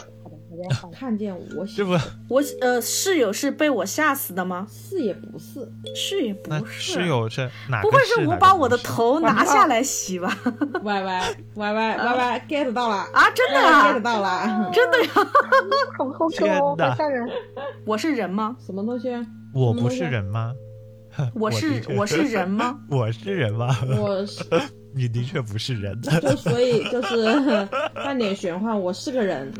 S6: 我在想
S4: 看见我洗
S5: 这
S4: 头
S5: 不，
S2: 我呃，室友是被我吓死的吗？
S4: 是也不是，
S2: 是也不
S5: 那
S2: 是，
S5: 室友是哪个
S2: 不会
S5: 是
S2: 是
S5: 哪
S2: 我
S5: 个
S2: 把
S5: 不
S2: 我的
S5: 是
S2: 头拿下来洗吧？
S4: 歪歪歪歪歪歪 get 到了
S2: [laughs] 啊，真的
S4: 哎，get
S2: 啊，
S4: 到了，
S2: 真的呀，
S6: 好好
S5: 天
S6: 笑哦，
S5: 哪
S6: 好吓人！
S5: [laughs]
S2: 我是人吗？
S4: 什么东西？啊
S5: 我不是人吗？
S2: 我是我是人吗？
S5: 我是人吗？
S4: 我是
S5: 你的确不是人。
S4: 就所以就是 [laughs] 半点玄幻，我是个人，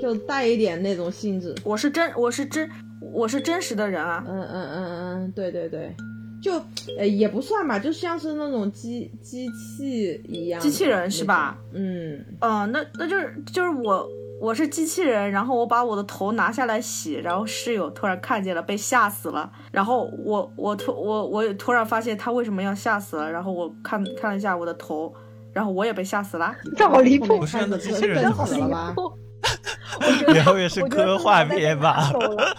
S4: 就带一点那种性质。
S2: 我是真我是真我是真实的人啊！
S4: 嗯嗯嗯嗯，对对对，就呃也不算吧，就像是那种机机器一样的
S2: 机
S4: 那种，
S2: 器人是吧
S4: 嗯？
S2: 嗯，那那就是就是我我是机器人，然后我把我的头拿下来洗，然后室友突然看见了，被吓死了。然后我我突我我突然发现他为什么要吓死了，然后我看看了一下我的头，然后我也被吓死了。
S4: 嗯，
S6: 这好离谱
S4: 后面
S5: 不是
S4: 看着
S5: 那机器人
S4: 更
S5: 怎么
S4: 死
S5: 死
S4: 了
S6: 吧
S5: [laughs]
S4: 吧？？
S6: 我觉得
S5: 然后也是
S6: 我觉得
S5: 科幻片吧
S6: 是我脑袋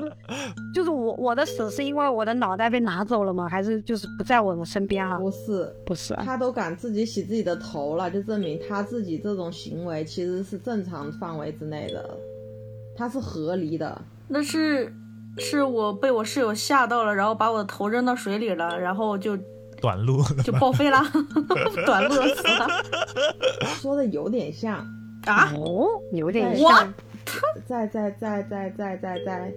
S6: 被拿走了
S3: 就是我我的死是因为我的脑袋被拿走了吗？还是就是不在我的身边啊？
S4: 不是，
S3: 不是啊，
S4: 他都敢自己洗自己的头了，就证明他自己这种行为其实是正常范围之内的，他是合理的。
S2: 那是是我被我室友吓到了，然后把我的头扔到水里了，然后就
S5: 短路了
S2: 就报废了， [laughs] 短路了死了
S4: 说的有点像，
S2: 啊！
S3: 哦，有
S5: 哎
S3: 点
S4: 对
S3: 像。
S4: 在在在在在在在，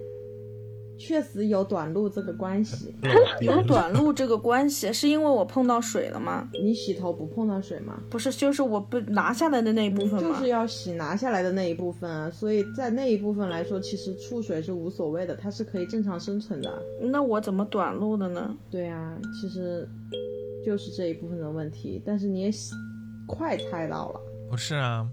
S4: 确实有短路这个关系。
S2: 有短路这个关系，是因为我碰到水了吗？
S4: 你洗头不碰到水吗？
S2: 不是，就是我被拿下来的那一部分
S4: 就
S2: 吗？
S4: 是要洗拿下来的那一部分啊，所以在那一部分来说，其实触水是无所谓的，它是可以正常生存的。
S2: 那我怎么短路的呢？
S4: 对啊，其实就是这一部分的问题，但是你也洗快猜到了，
S5: 不是啊，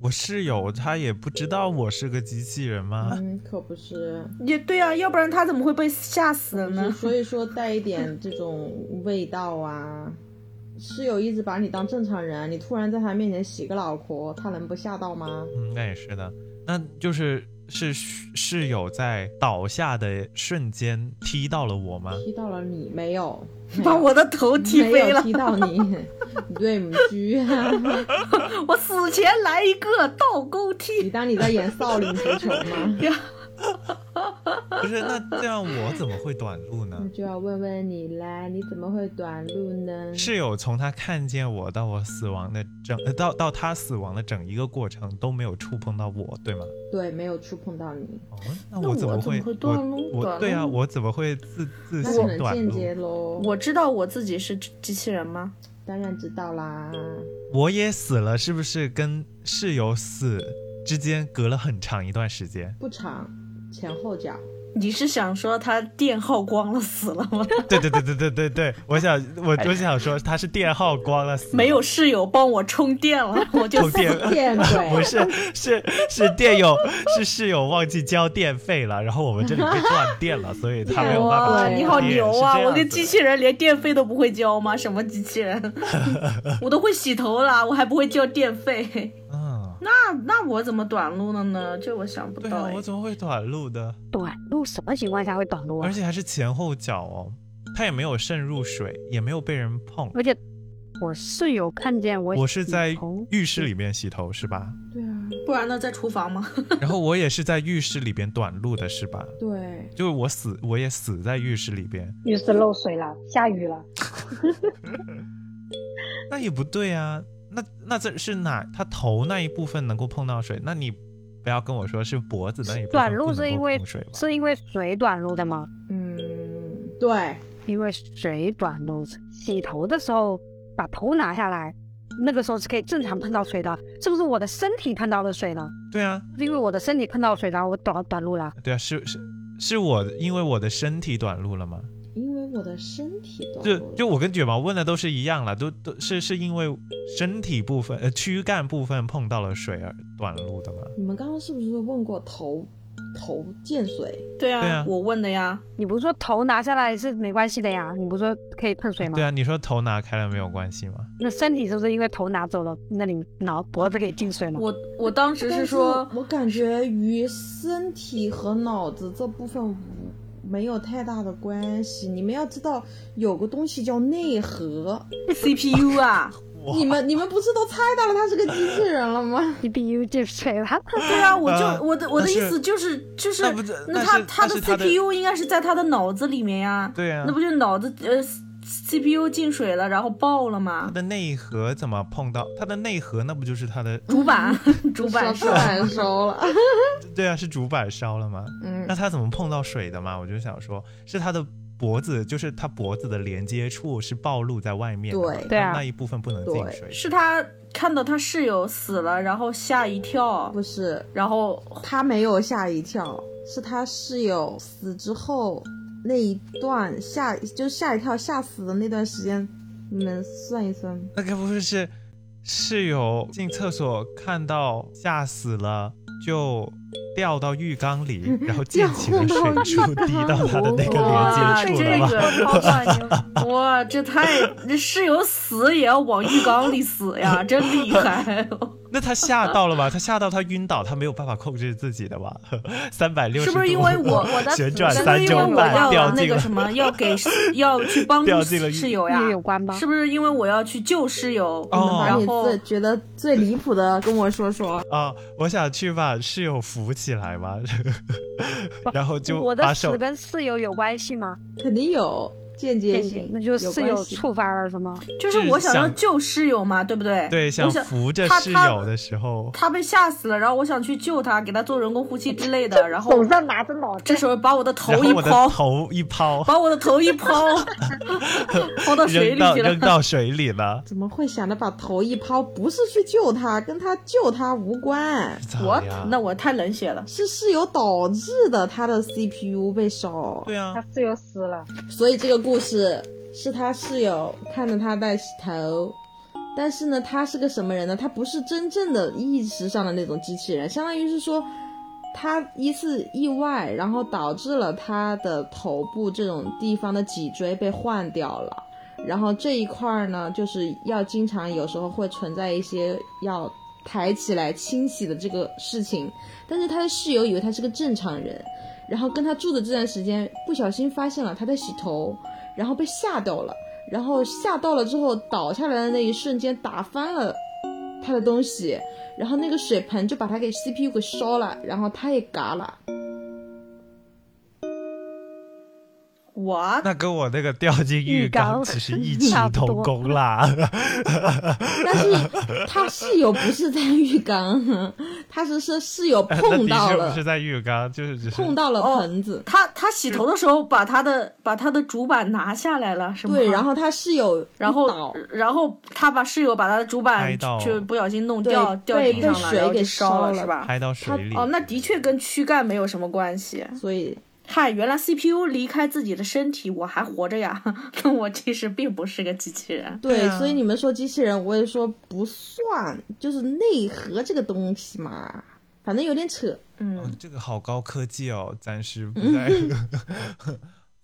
S5: 我室友他也不知道我是个机器人吗？
S4: 嗯，可不是。
S2: 也对啊，要不然他怎么会被吓死了
S4: 就是
S2: 呢？
S4: 所以说带一点这种味道啊。室友一直把你当正常人，你突然在他面前洗个脑壳，他能不吓到吗？
S5: 嗯，那也是的，那就是是室友在倒下的瞬间踢到了我吗？
S4: 踢到了你没有？没有
S2: 把
S4: [laughs]
S2: 我的头踢
S4: 没
S2: 飞
S4: 有
S2: 了，
S4: 踢到你， [laughs] 你啊对母居、
S2: 我死前来一个倒钩
S4: [laughs] 你
S2: 踢
S4: 当你在演少林足球吗？ [laughs]
S2: 呀！
S5: 不是，那这样我怎么会短路呢
S4: 那？就要问问你啦，你怎么会短路呢？
S5: 室友从他看见我到我死亡的整，呃到到他死亡的整一个过程都没有触碰到我，对吗？
S4: 对，没有触碰到你，
S5: 哦，那
S2: 那
S5: 我怎
S2: 我
S5: 么
S2: 怎
S5: 会
S2: 么会断路
S5: 我我
S2: 短
S5: 对啊，
S2: 路
S5: 我怎么会自自
S4: 那只
S5: 行
S4: 能
S5: 短
S4: 间
S5: 路？
S4: 接喽。
S2: 我知道我自己是机器人吗？
S4: 当然知道啦，
S5: 我也死了，是不是跟室友死之间隔了很长一段时间？
S4: 不长，前后脚。
S2: 你是想说他电耗光了死了 [laughs] 吗？
S5: 对对对对对对对，我想我我想说他是电耗光了死了，
S2: 没有室友帮我充电了，我就
S5: 充电。[laughs]
S4: 见鬼！
S5: 不是，是是电友，是室友忘记交电费了，然后我们这里被断电了，所以他没有办法充
S2: 哇，
S5: 电。
S2: 你好牛啊！
S5: 是这样
S2: 我
S5: 子
S2: 跟机器人连电费都不会交吗？什么机器
S5: [laughs]
S2: 人？我都会洗头了，我还不会交电费， [laughs]
S5: 嗯，
S2: 那那我怎么短路了呢？这我想不
S5: 对
S2: 到
S5: 啊，
S2: 哎
S5: 我。怎么会短路的？
S3: 短路什么情况下会短路啊
S5: 而？且还是前后脚哦，他也没有渗入水，也没有被人碰。
S3: 而且我室友看见我
S5: 我是
S3: 洗
S5: 在
S3: 头
S5: 浴室里面洗头是吧？
S4: 对啊，
S2: 不然呢，在厨房吗？
S5: 然后我也是在浴室里边短路的是吧？
S4: 对，
S5: 就是我死，我也死在浴室里边，
S6: 浴室漏水了，下雨了，
S5: 那也不对啊。那那这是哪？他头那一部分能够碰到水，那你不要跟我说是脖子那一部分
S3: 短路
S5: 不能
S3: 是
S5: 够
S3: 因为
S5: 碰水吧？
S3: 是因为水短路的吗？
S4: 嗯，对，
S3: 因为水短路，洗头的时候把头拿下来，那个时候是可以正常碰到水的，是不是我的身体碰到了水呢？
S5: 对啊，
S3: 是因为我的身体碰到水，然后我短短路了。
S5: 对啊，是是是我因为我的身体短路了吗？
S4: 因为我的身体都
S5: 就就我跟卷毛问的都是一样了，都都是是因为身体部分呃躯干部分碰到了水而短路的吗？
S4: 你们刚刚是不是问过头头见水？
S2: 对啊，
S5: 对啊
S2: 我问的呀。
S3: 你不是说头拿下来是没关系的呀？你不是说可以碰水吗？
S5: 对啊，你说头拿开了没有关系吗？
S3: 那身体是不是因为头拿走了，那你脑脖子可以进水吗？
S2: 我我当时
S4: 但
S2: 是说，
S4: 我感觉与身体和脑子这部分无没有太大的关系。你们要知道，有个东西叫内核。
S2: CPU 啊，
S5: 哇
S4: 你们你们不是都猜到了他是个机器人
S3: [laughs]
S4: 了吗？
S3: 你 B U 进水了，
S2: 对啊，我就、
S5: 呃
S2: 我的我的
S5: 那
S2: 意
S5: 是
S2: 思就是就是
S5: 那不是那
S2: 他
S5: 是
S2: 他
S5: 那
S2: 的
S5: 是他的
S2: CPU 应该是在他的脑子里面呀，
S5: 对啊
S2: 那，不就脑子呃 CPU 进水了，然后爆了
S5: 它
S2: 吗？
S5: 的内核怎么碰到它的内核？那不就是它的
S2: 主板 [laughs] 主板
S4: 烧
S2: 是
S4: 出
S2: 吧
S4: 来烧了。 [laughs]
S5: 对啊是主板烧了吗？
S4: 嗯
S5: 那，它怎么碰到水的嘛？我就想说，是它的脖子就是他脖子的连接处是暴露在外面的嘛，
S4: 对
S3: 对啊
S5: 那那一部分不能进
S4: 对
S5: 水，
S2: 是他看到他室友死了，然后吓一跳
S4: 不，是，
S2: 然后
S4: 他没有吓一跳，是他室友死之后那一段吓，就吓一跳吓死的那段时间，你们算一算，
S5: 那该不会是室友进厕所看到吓死了，就掉到浴缸里，
S2: 嗯
S5: 然后溅起了水柱滴到他的那
S2: 哇，
S5: 个连接处
S2: 啊
S5: 了
S2: 这
S5: 吗？
S2: 个超大牛，哇，这太这室友死也要往浴缸里死呀，真厉害！
S5: 那他吓到了吧？他吓到他晕倒，他没有办法控制自己的吧？ [laughs] 三百六十
S2: 是不是因为
S5: [laughs]
S2: 我我
S3: 的
S5: 旋转
S2: 是不是
S5: 三
S2: 因为
S5: 周
S2: 我
S5: 半掉
S2: 要那
S5: 进
S2: 个
S5: 了
S2: 什么，要给要去帮助
S5: [laughs] 掉进了浴
S2: 室友呀
S3: 那？有关吧？
S2: 是不是因为我要去救室友？
S5: 哦
S4: 把
S2: 然
S4: 你
S2: 后
S4: 最觉得最离谱的跟我说说。
S5: 啊、我想去把室友扶起来嘛，
S3: 不
S5: [laughs] 然后就
S3: 我
S5: 把
S3: 的
S5: 手
S3: 死跟室友有关系吗？
S4: 肯定有间接
S3: 谢谢
S4: 性，
S3: 那就是室
S4: 有
S3: 友
S4: 关系
S3: 触发了什么？
S2: 就是
S5: 是
S2: 我想要
S5: 想
S2: 救室友嘛，对不对？
S5: 对
S2: 我
S5: 想
S2: 想
S5: 扶着
S2: 他
S5: 室
S2: 他
S5: 友的时候，
S2: 他被吓死了，然后我想去救他，给他做人工呼吸之类的，然后
S6: 手上拿着脑
S2: 这
S6: 袋，
S2: 时候把我的
S5: 然
S2: 头
S5: 后
S2: 一
S5: 我的
S2: 抛，
S5: 头一抛，
S2: 把我的头一
S5: [laughs]
S2: 抛，抛到水
S5: 扔
S2: 里
S5: 到
S2: 去了
S5: 扔。到水里了。
S4: 怎么会想着把头一抛？不是去救他，跟他救他无关，
S5: 咋
S2: 我
S5: 呀
S2: 那我太冷血了，
S4: 是室友导致的他的 CPU 被烧。
S5: 对啊
S6: 他，室友死了，
S4: 所以这个故事是他室友看着他在洗头，但是呢，他是个什么人呢？他不是真正的意识上的那种机器人，相当于是说，他一次意外，然后导致了他的头部这种地方的脊椎被换掉了。然后这一块儿呢，就是要经常有时候会存在一些要抬起来清洗的这个事情，但是他的室友以为他是个正常人，然后跟他住的这段时间，不小心发现了他在洗头，然后被吓到了，然后吓到了之后倒下来的那一瞬间打翻了他的东西，然后那个水盆就把他给 CPU 给烧了，然后他也嘎了。
S2: 我
S5: 那跟我那个掉进浴
S3: 浴缸
S5: 缸其实异曲
S3: 差不多
S5: 同工啦。
S4: 但是他室友不是在浴缸，他是是室友
S5: 哎那
S4: 碰
S5: 的
S4: 到
S5: 确
S4: 了
S5: 不是在浴缸，就是只是
S4: 碰到了
S2: 哦
S4: 盆子。
S2: 他他洗头的时候把他的把他的主板拿下来了，是吗？
S4: 对，然后他室友
S2: 然
S4: 一
S2: 后
S4: 倒
S2: 然后他把室友把他的主
S5: 拍
S2: 板
S5: 到
S2: 就不小心弄掉
S4: 对
S2: 掉
S4: 被
S2: 地上
S4: 被
S2: 了，
S4: 水
S2: 然后
S4: 给
S2: 就
S4: 烧
S2: 烧了
S4: 了
S2: 是吧？
S5: 拍到水里。
S2: 哦，那的确跟躯干没有什么关系。
S4: 所以
S2: 嗨，原来 CPU 离开自己的身体，我还活着呀！ [laughs] 那我其实并不是个机器人。
S4: 对，
S5: 对啊
S4: 所以你们说机器人，我也说不算，就是内核这个东西嘛，反正有点扯。
S5: 哦
S2: 嗯，
S5: 这个好高科技哦，暂时不在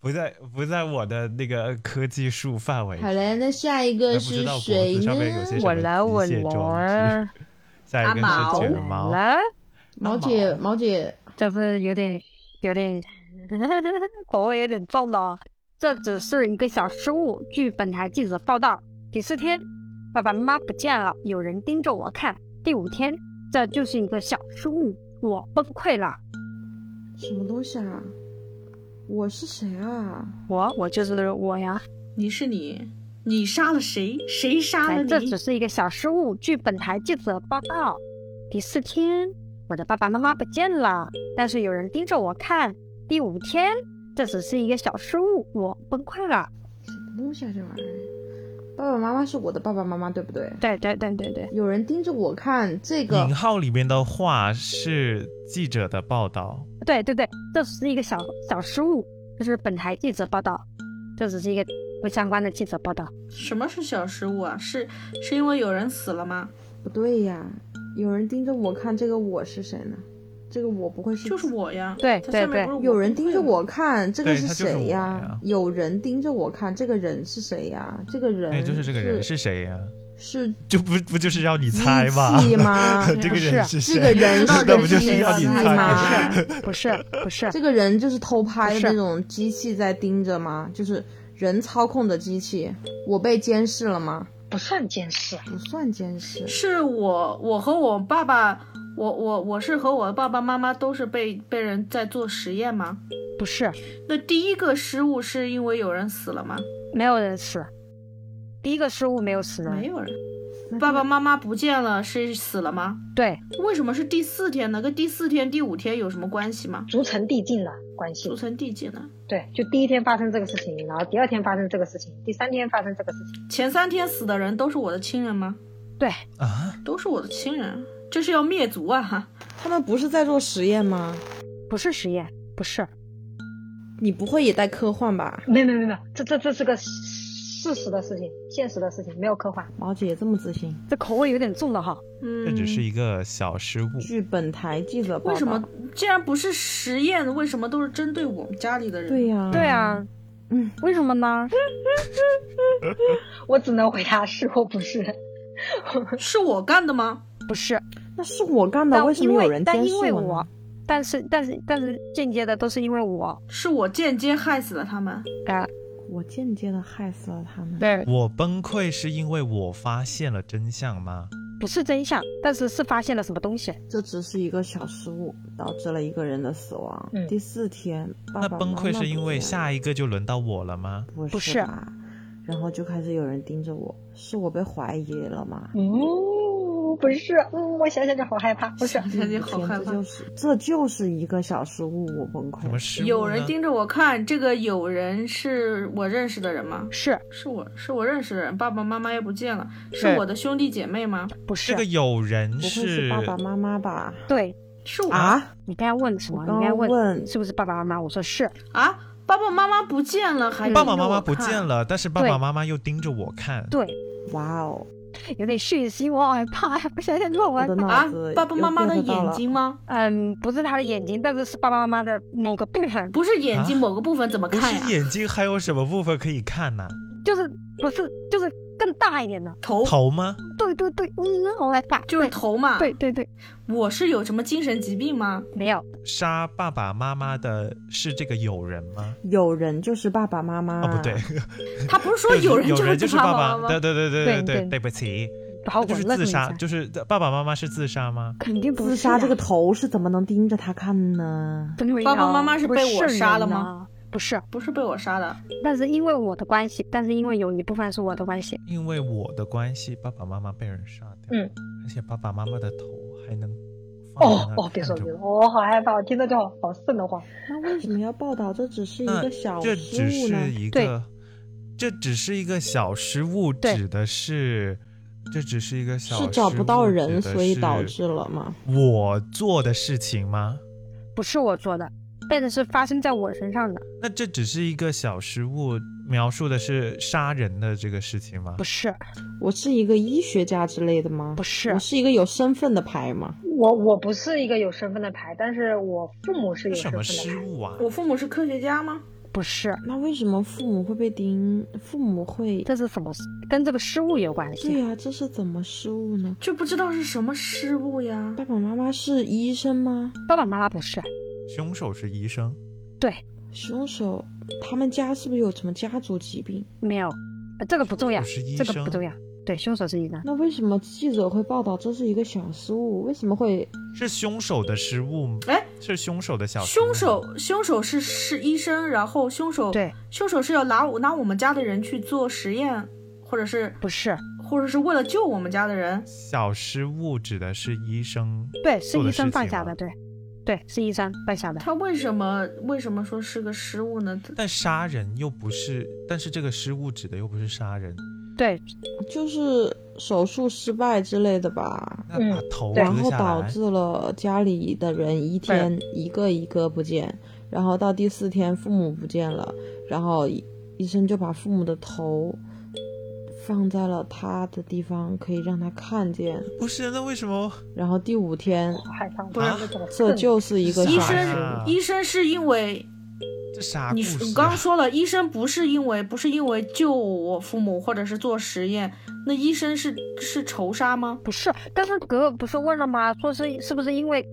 S5: 不在 [laughs] 不在我的那个科技树范围之内。
S4: 好嘞，那下一
S5: 还
S4: 个
S5: 不知
S4: 是
S5: 道脖
S4: 谁
S5: 子上面有
S4: 呢？
S5: 些什
S3: 我
S5: 么
S3: 来，
S5: 机
S3: 我
S5: 械
S3: 来
S5: [laughs] 装置，下一
S2: 阿
S5: 个
S2: 毛
S5: 是
S3: 我
S5: 卷毛，啊
S3: 来，
S4: 毛姐，毛姐，
S3: 这不是有点有点 [laughs] 口味有点重了哦。这只是一个小失误。据本台记者报道，第四天，爸爸妈妈不见了，有人盯着我看。第五天，这就是一个小失误，我崩溃了。
S4: 什么东西啊？我是谁啊？
S3: 我我就是我呀。
S2: 你是你，你杀了谁？谁杀了
S3: 哎，
S2: 你？
S3: 这只是一个小失误。据本台记者报道，第四天，我的爸爸妈妈不见了，但是有人盯着我看。第五天，这只是一个小失误，我崩溃了。
S4: 什么东西啊？这玩意儿？爸爸妈妈是我的爸爸妈妈，对不对？
S3: 对对对对对，
S4: 有人盯着我看，这个
S5: 引号里面的话是记者的报道，
S3: 对对对，这只是一个小小失误，这是本台记者报道，这只是一个不相关的记者报道。
S2: 什么是小失误啊？是是因为有人死了吗？
S4: 不对呀，有人盯着我看，这个我是谁呢？这个我不会是
S2: 就是我呀。
S3: 对
S2: 它
S3: 对
S2: 下面
S3: 对
S2: 不是我
S4: 有人盯着我看，这个
S5: 对他就是
S4: 谁
S5: 我呀
S4: 有人盯着我看，这个人是谁呀？这个人
S5: 哎，就是这个人
S4: 嗯
S5: 是
S4: 是
S5: 谁呀？
S4: 是
S5: 就不不就是让你
S4: 机
S5: 猜吗？
S4: 器
S5: [laughs]
S4: 吗？啊
S5: 这个人是
S4: 这个
S5: 谁？
S4: 人
S2: 到
S4: 是
S2: 底
S5: 那不就是
S2: 谁
S5: 要
S2: 死
S5: 你
S2: 的
S5: 猜
S2: 吗
S4: 吗？
S3: 哎不是不是，
S4: 这个人就是偷
S3: 不
S4: 拍的
S3: 是
S4: 那种机器在盯着吗？就是人操控的机器，我被监视了吗？
S6: 不算监视。
S4: 不算监视，
S2: 是我，我和我爸爸，我我我是和我爸爸妈妈都是被被人在做实验吗？
S3: 不是，
S2: 那第一个失误是因为有人死了吗？
S3: 没有人死。第一个失误没有死人，
S2: 没有人。爸爸妈妈不见了是死了吗？
S3: 对，
S2: 为什么是第四天呢？跟第四天、第五天有什么关系吗？
S6: 逐层递进的关系
S2: 组。成递进呢？
S6: 对，就第一天发生这个事情，然后第二天发生这个事情，第三天发生这个事情。
S2: 前三天死的人都是我的亲人吗？
S3: 对，
S5: 啊，
S2: 都是我的亲人，这是要灭族啊！哈，
S4: 他们不是在做实验吗？
S3: 不是实验，不是，
S4: 你不会也在科幻吧？
S6: 没有没有没有没有，这这这是个事实的事情，现实的事情，没有科幻。
S4: 毛姐这么自信，
S3: 这口味有点重了哈。
S2: 嗯，
S5: 这只是一个小失误。
S4: 据本台记者报道，
S2: 为什么？既然不是实验，为什么都是针对我们家里的人？
S4: 对呀、
S3: 对啊，
S4: 嗯，
S3: 为什么
S4: [laughs]
S3: 呢？
S6: 我只能回答是或不是。
S2: 是我干的吗？
S3: 不是，
S4: 那是我干的，
S3: 但
S4: 为什
S3: 因
S4: 么有
S3: 为
S4: 人
S3: 但
S4: 监
S3: 因
S4: 视
S3: 为
S4: 呢
S3: 我，但是但是但是间接的都是因为我，
S2: 是我间接害死了他们。
S3: 啊，
S4: 我间接的害死了他们。
S3: 对，
S5: 我崩溃是因为我发现了真相吗？
S3: 不是真相，但是是发现了什么东西。
S4: 这只是一个小失误，导致了一个人的死亡。
S6: 嗯
S4: 第四天，爸
S5: 那
S4: 爸
S5: 崩溃
S4: 妈妈
S5: 是因为
S4: 不见
S5: 下一个就轮到我了吗？
S4: 了不
S3: 不
S4: 是
S3: 是
S4: 吧？然后就开始有人盯着我，是我被怀疑了吗？
S6: 嗯，不是。嗯，我想想就好害怕。不是，
S2: 感觉好
S4: 天
S2: 害
S4: 这
S2: 怕。
S4: 就是这就是一个小失误，我崩溃
S5: 什
S4: 了
S5: 么。失误呢
S2: 有人盯着我看，这个有人是我认识的人吗？
S3: 是
S2: 是我是我认识的人，爸爸妈妈又不见了，是
S3: 对
S2: 我的兄弟姐妹吗？
S3: 不
S5: 这
S3: 是
S5: 个？有人
S4: 不会是爸爸妈妈吧？
S3: 对
S2: 是我
S4: 啊，
S3: 你该问什么？
S4: 我刚
S3: 你该
S4: 问
S3: 是不是爸爸妈妈？我说是，
S2: 啊爸爸妈妈不见了，还
S3: 嗯
S5: 爸
S2: 盯
S5: 爸
S2: 着
S5: 妈妈
S2: 我
S5: 不
S2: 看
S5: 见，了，但是爸爸
S3: 对
S5: 妈妈又盯着我看。
S3: 对，
S4: 哇哦，有
S3: 有点血腥，我好害怕，我想想就好
S4: 我
S3: 害
S4: 的
S3: 怕。
S4: 脑
S2: 啊
S4: 子！
S2: 爸爸
S4: 又
S2: 妈妈的
S4: get 到
S2: 眼
S4: 了
S2: 睛吗？
S3: 嗯，不是他的眼睛，但是是爸爸妈妈的某个部分，
S2: 不是眼睛
S5: 啊
S2: 某个部分怎么
S5: 不
S2: 看呀
S5: 是？眼睛，还有什么部分可以看呢、
S3: 就是不是就是更大一点的。
S2: 头
S5: 头吗？
S3: 对对对，嗯，好害怕。
S2: 就是啊头嘛。
S3: 对，对对，
S2: 我是有什么精神疾病吗？
S3: 没有，
S5: 杀爸爸妈妈的是这个友人吗？
S4: 有人就是爸爸妈妈。
S5: 哦，不对，
S2: 他不是说有人
S5: [laughs] 有人
S2: 就是爸
S5: 爸
S2: 妈吗？
S5: 对对对对
S3: 对哦
S5: 对对，
S3: 对
S5: 对不起，
S3: 好
S5: 就
S3: 闻
S5: 是
S3: 了
S5: 自
S3: 怎么
S5: 杀，
S3: 讲
S5: 就是爸爸妈妈是自杀吗？
S3: 肯定不
S4: 自
S3: 是
S4: 杀
S3: 啊
S4: 这个头是怎么能盯着他看呢？
S3: 对
S2: 爸爸
S3: 呀
S2: 妈妈是
S3: 不
S2: 被我杀
S3: 人
S2: 了吗
S3: 呐？不是，
S2: 不是被我杀的，
S3: 但是因为我的关系，但是因为有一部分是我的关系，
S5: 因为我的关系，爸爸妈妈被人杀掉，
S6: 嗯，
S5: 而且爸爸妈妈的头还能放在
S6: 哦
S5: 那
S6: 哦，别说
S5: 看
S6: 别
S5: 着
S6: 说，
S5: 我
S6: 我好害怕，我听到就好好瘆得慌。
S4: 那为什么要报道？这只是一
S5: 那
S4: 个小
S5: 这
S4: 失
S5: 只
S4: 误
S5: 是
S4: 哦呢？
S5: 一
S3: 对
S5: 个，这只是一个小失误，
S3: 对
S5: 指的是，这只是一个小
S4: 是找
S5: 失
S4: 不到
S5: 误
S4: 人，
S5: 指的
S4: 所以
S5: 是
S4: 导致了吗？
S5: 我做的事情吗？
S3: 不是我做的，但是是发生在我身上的，
S5: 那这只是一个小失误，描述的是杀人的这个事情吗
S3: 不？是，
S4: 我是一个医学家之类的吗？
S3: 不是
S4: 我是一个有身份的牌吗？
S6: 我我不是一个有身份的牌，但是我父母是有身
S5: 什
S6: 份
S5: 么
S6: 的
S5: 失
S6: 牌。
S5: 误啊？
S2: 我父母是科学家吗？
S3: 不是，
S4: 那为什么父母会被盯？父母会？
S3: 这是什么事？跟这个失误有关
S4: 对
S3: 系。
S4: 呀、这是怎么失误呢？
S2: 就不知道是什么失误呀。
S4: 爸爸妈妈是医生吗？
S3: 爸爸妈妈不是，
S5: 凶手是医生，
S4: 凶手他们家是不是有什么家族疾病？
S3: 没有，呃这个不重要
S5: 我，是医
S3: 这
S5: 生，
S3: 个不重要。对，凶手是医生，
S4: 那为什么记者会报道这是一个小失误？为什么会
S5: 是凶手的失误吗？
S2: 哎，
S5: 是凶手的小啊失误吗
S2: 凶手凶手是是医生，然后凶手
S3: 对，
S2: 凶手是要拿我拿我们家的人去做实验，或者是
S3: 不是，
S2: 或者是为了救我们家的人。
S5: 小失误指的是医生，
S3: 对，是
S5: 做的
S3: 医
S5: 事
S3: 生犯
S5: 情啊
S3: 下
S5: 吗
S3: 的，对，对，是医生犯下的，
S2: 他为什么为什么说是个失误呢？
S5: 但杀人又不是，但是这个失误指的又不是杀人，
S3: 对，
S4: 就是手术失败之类的吧？
S5: 那
S6: 嗯
S5: 把头割
S6: 对
S5: 下
S4: 然
S5: 来，
S4: 后导致了家里的人一天一个一个不见，然后到第四天父母不见了，然后医医生就把父母的头放在了他的地方，可以让他看见。
S5: 不是那为什么？啊
S4: 然后第五天，
S6: 好害怕，
S2: 不是
S6: 我真的好瘆
S4: 这
S6: 得慌
S4: 就是一个
S5: 医
S4: 小
S5: 生
S4: 失误。
S5: 啊
S2: 医生是因为
S5: 这啥故
S2: 你
S5: 事、啊？
S2: 你刚刚说了，医生不是因为不是因为救我父母或者是做实验，那医生是是仇杀吗？
S3: 不是，刚刚格格不是问了吗？说是是不是因为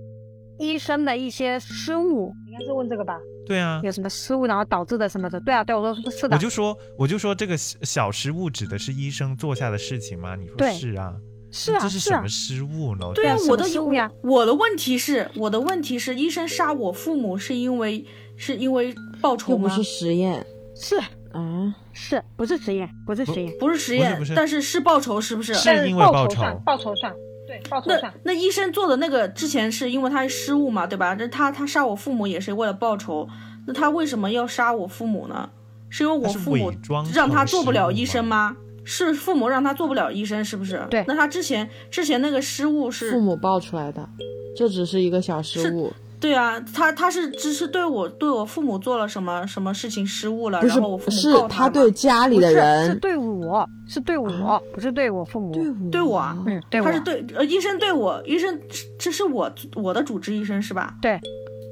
S3: 医生的一些失误，
S6: 应该是问这个吧？
S5: 对啊，
S3: 有什么失误，然后导致的什么的？对啊，对，我说是
S5: 我
S3: 的，
S5: 就说我就说这个小小失误指的是医生做下的事情吗？你说
S3: 对
S5: 是啊，
S3: 是
S5: 那
S3: 啊，
S5: 这是
S3: 是
S5: 什
S3: 啊
S5: 么，失误呢？
S2: 对啊，
S3: 对啊
S2: 我的
S3: 什么失误呀
S2: 我的问题是，我的问题是，医生杀我父母是因为是因为报仇
S4: 又不
S2: 吗？
S4: 是实验，
S3: 是
S4: 啊，
S3: 是不是实验？不是实验，
S2: 不是实验，
S5: 不是不是
S2: 但是是报仇，是不是？
S5: 是
S6: 但是
S5: 因为
S6: 报
S5: 报仇
S6: 算，报仇算，对，报仇
S2: 那
S6: 算，
S2: 那医生做的那个之前是因为他是失误嘛，对吧？这他他杀我父母也是为了报仇，那他为什么要杀我父母呢？是因为我
S5: 他是
S2: 父母
S5: 伪装
S2: 让他做不了
S5: 成失误
S2: 医生吗？是父母让他做不了医生，是不是？
S3: 对
S2: 那他之前之前那个失误是
S4: 父母爆出来的，这只是一个小失误，
S2: 对啊，他他是只是对我对我父母做了什么什么事情失误了，
S7: 不
S2: 然
S7: 是
S2: 后我父母
S7: 是
S2: 告
S7: 他
S2: 嘛
S7: 对家里
S3: 不
S7: 的
S3: 是是
S7: 人，啊
S3: 对我，是对我，不是对我父母。
S7: 我
S2: 对我啊，
S3: 嗯，对我
S2: 他是对呃医生对我医生这是我我的主治医生是吧？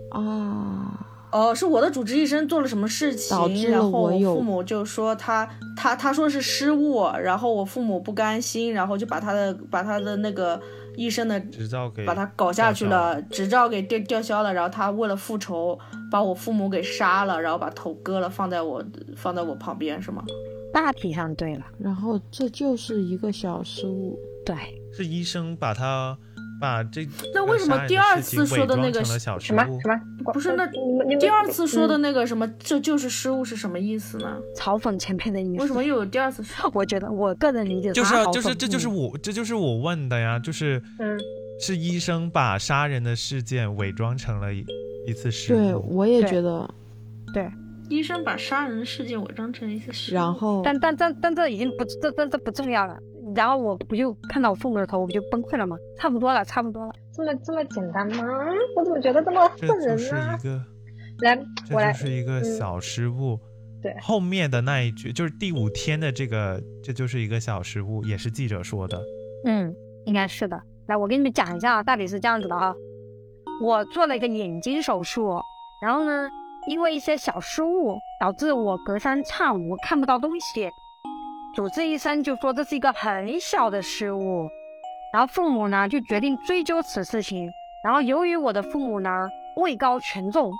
S7: 啊，
S2: 哦，是我的主治医生做了什么事
S7: 导致
S2: 情，
S7: 了
S2: 然后
S7: 我有
S2: 父母就说他他他说是失误，然后我父母不甘心，然后就把他的把他的那个医生的
S5: 执照给
S2: 把他搞下去
S5: 吊销
S2: 了，执照给吊吊销了，然后他为了复仇把我父母给杀了，然后把头割了放在我放在我旁边是吗？
S3: 大体上对了，
S7: 然后这就是一个小失误，
S3: 对，
S5: 是医生把他把这
S2: 那为什么
S5: 杀人
S2: 第二
S5: 事情
S2: 次说的
S5: 伪装
S2: 那个
S5: 成了小
S6: 什么
S5: 失误
S6: 什么？我
S2: 不是那
S6: 呃你们你嗯们
S2: 第二次说的那个什么，这就是失误是什么意思呢？
S3: 嘲讽前辈的意思。
S2: 为什么又有第二次失误？
S3: [laughs] 我觉得我个人理解
S5: 就是
S3: 他
S5: 啊
S3: 好嗯
S5: 就是
S3: 讽
S5: 这就是
S2: 嗯
S3: 刺
S5: 我这就是我问的呀，就是
S6: 嗯，
S5: 是医生把杀人的事件伪装成了一一次失
S7: 对
S5: 误，
S7: 我也
S3: 对
S7: 觉得，
S2: [laughs] 医生把杀人事件伪装成一次失误，
S7: 然后
S3: 但但但但这已经不这这这不重要了。然后我不就看到我父母的头，我不就崩溃了吗？差不多了，差不多了。
S6: 这么这么简单吗？我怎么觉得这么
S5: 这
S6: 恨
S5: 就
S6: 人
S5: 是
S6: 呢、
S5: 一个
S6: 来，
S2: 啊
S6: 我
S5: 这
S6: 来
S5: 就，是一个
S6: 嗯
S5: 小失误。
S6: 对
S5: 后面的那一句就是第五天的这个，这就是一个小失误，也是记者说的。
S3: 嗯，应该是的。来，我给你们讲一下啊，大体是这样子的啊。我做了一个眼睛手术，然后呢，因为一些小失误，导致我隔三差五看不到东西。主治医生就说这是一个很小的失误，然后父母呢就决定追究此事情。然后由于我的父母呢位高权重，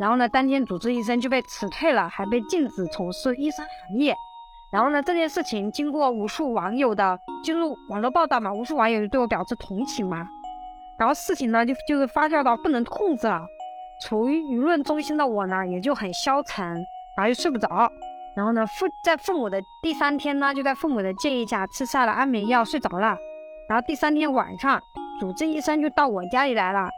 S3: 然后呢当天主治医生就被辞退了，还被禁止从事医生行业。然后呢，这件事情经过无数网友的，就是网络报道嘛，无数网友就对我表示同情嘛。然后事情呢，就就是发酵到不能控制了，处于舆论中心的我呢，也就很消沉，然后又睡不着。然后呢，父在父母的第三天呢，就在父母的建议下吃下了安眠药，睡着了。然后第三天晚上，主治医生就到我家里来了，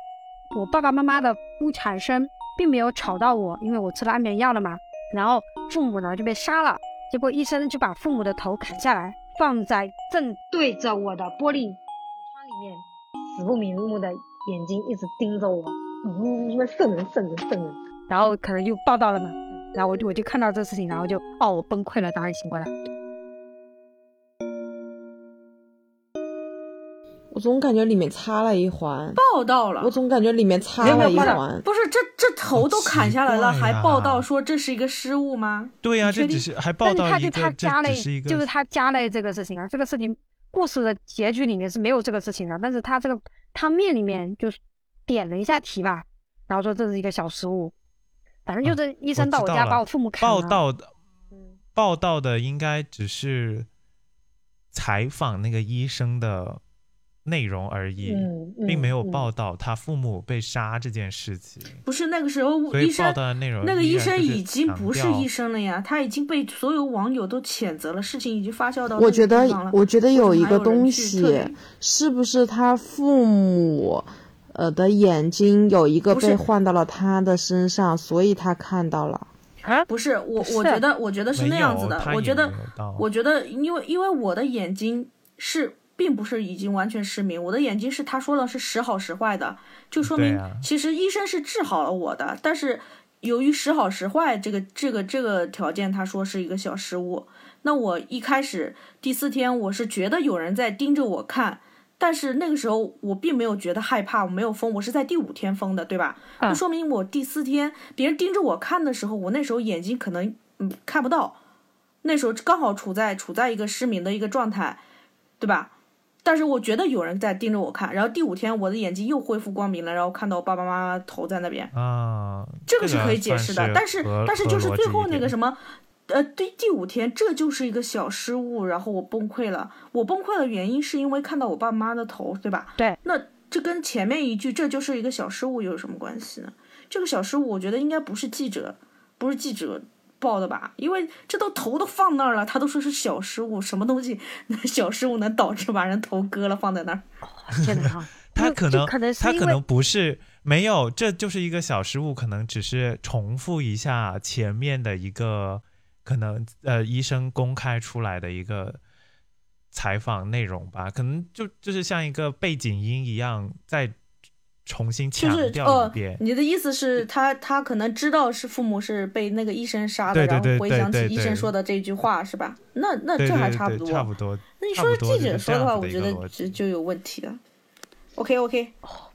S3: 我爸爸妈妈的呼喊声并没有吵到我，因为我吃了安眠药了嘛。然后父母呢就被杀了。结果医生就把父母的头砍下来，放在正
S6: 对着我的玻璃橱窗里面，死不瞑目的眼睛一直盯着我，嗯，瘆人瘆人瘆人。
S3: 然后可能就报道了嘛。然后我就我就看到这事情，然后就哦，我崩溃了，当然醒过来。
S7: 我总感觉里面插了一环，
S2: 报道了
S7: 我。总感觉里面
S2: 没
S7: 插
S2: 啊有没
S7: 了
S2: 有
S7: 一
S2: 报
S7: 环
S2: 道，，不是这这头都砍下来了，
S5: 好奇怪
S2: 还
S5: 呀
S2: 报道说这是一个失误吗？
S5: 对呀、
S2: 你确
S5: 这
S2: 定
S5: 只是还报
S3: 但是
S5: 道
S3: 他
S5: 一
S3: 就
S5: 个，
S3: 他
S5: 这
S3: 加了
S5: 只
S3: 一，
S5: 是一个，
S3: 就是他加了这个事情啊，这个事情故事的结局里面是没有这个事情的，但是他这个汤面里面就是点了一下题吧，然后说这是一个小失误，反正就是医生到我
S5: 啊知道
S3: 家
S5: 了
S3: 把我父母砍
S5: 报
S3: 了。
S5: 道的，
S2: 嗯
S5: 报道的应该只是采访那个医生的内容而已，
S6: 嗯嗯
S5: 并没有
S6: 嗯
S5: 报道他父母被杀这件事情。
S2: 不是那个时候
S5: 所
S2: 医
S5: 以报
S2: 生
S5: 道的内容
S2: 那个
S5: 依
S2: 医
S5: 然
S2: 生
S5: 就是
S2: 已经不是
S5: 强调
S2: 医生了呀，他已经被所有网友都谴责了，事情已经发酵到
S7: 我
S2: 那个
S7: 觉得
S2: 地方了，
S7: 我觉得有一个东
S2: 为什么还有
S7: 西
S2: 人去特，
S7: 是不是他父母，呃的眼睛有一个
S2: 不是
S7: 被换到了他的身上，所以他看到了。
S5: 啊
S2: 不是我
S3: 不，是
S2: 我觉得我觉得是
S5: 没
S2: 那样
S5: 有
S2: 子的
S5: 他，
S2: 我
S5: 也
S2: 觉得
S5: 没有到
S2: 我觉得因为因为我的眼睛是并不是已经完全失明，我的眼睛是他说了是时好时坏的，就说
S5: 对
S2: 明
S5: 啊
S2: 其实医生是治好了我的，但是由于时好时坏这个这个这个条件，他说是一个小失误。那我一开始第四天我是觉得有人在盯着我看。但是那个时候我并没有觉得害怕，我没有疯，我是在第五天疯的，对吧？那说明我第四天别人盯着我看的时候，我那时候眼睛可能嗯看不到，那时候刚好处在处在一个失明的一个状态，对吧？但是我觉得有人在盯着我看，然后第五天我的眼睛又恢复光明了，然后看到我爸爸妈妈头在那边，
S5: 啊，
S2: 这个是可以解
S5: 算
S2: 释的。但是
S5: 合
S2: 但是
S5: 合
S2: 就是
S5: 逻
S2: 最
S5: 辑一
S2: 后那
S5: 点
S2: 个什么，呃，第第五天这就是一个小失误，然后我崩溃了。我崩溃的原因是因为看到我爸妈的头，对吧？
S3: 对。
S2: 那这跟前面一句这就是一个小失误又有什么关系呢？这个小失误，我觉得应该不是记者，不是记者报的吧？因为这都头都放那儿了，他都说是小失误，什么东西 [laughs] 小失误能导致把人头割了放在那儿？
S3: [laughs] 天哪！
S5: [laughs] 他
S3: 就
S5: 可
S3: 就
S5: 能
S3: 可能是
S5: 他
S3: 因
S5: 可
S3: 为
S5: 能不是没有，这就是一个小失误，可能只是重复一下前面的一个可能呃医生公开出来的一个采访内容吧，可能就就是像一个背景音一样再重新
S2: 就
S5: 强
S2: 是
S5: 调
S2: 哦
S5: 一遍，。
S2: 你的意思是他他可能知道是父母是被那个医生杀的，
S5: 对对对
S2: 然后回想
S5: 对
S2: 起
S5: 对
S2: 医生
S5: 对
S2: 说的这句话是吧？那那
S5: 对
S2: 这还
S5: 对
S2: 差不
S5: 对
S2: 多，
S5: 差不多。
S2: 那你
S5: 差
S2: 说
S5: 不多
S2: 记
S5: 就
S2: 者
S5: 是
S2: 说
S5: 这
S2: 的
S5: 样
S2: 话，
S5: 子
S2: 我
S5: 一
S2: 觉
S5: 个
S2: 得
S5: 逻
S2: 就
S5: 辑
S2: 就有问题了。OK OK，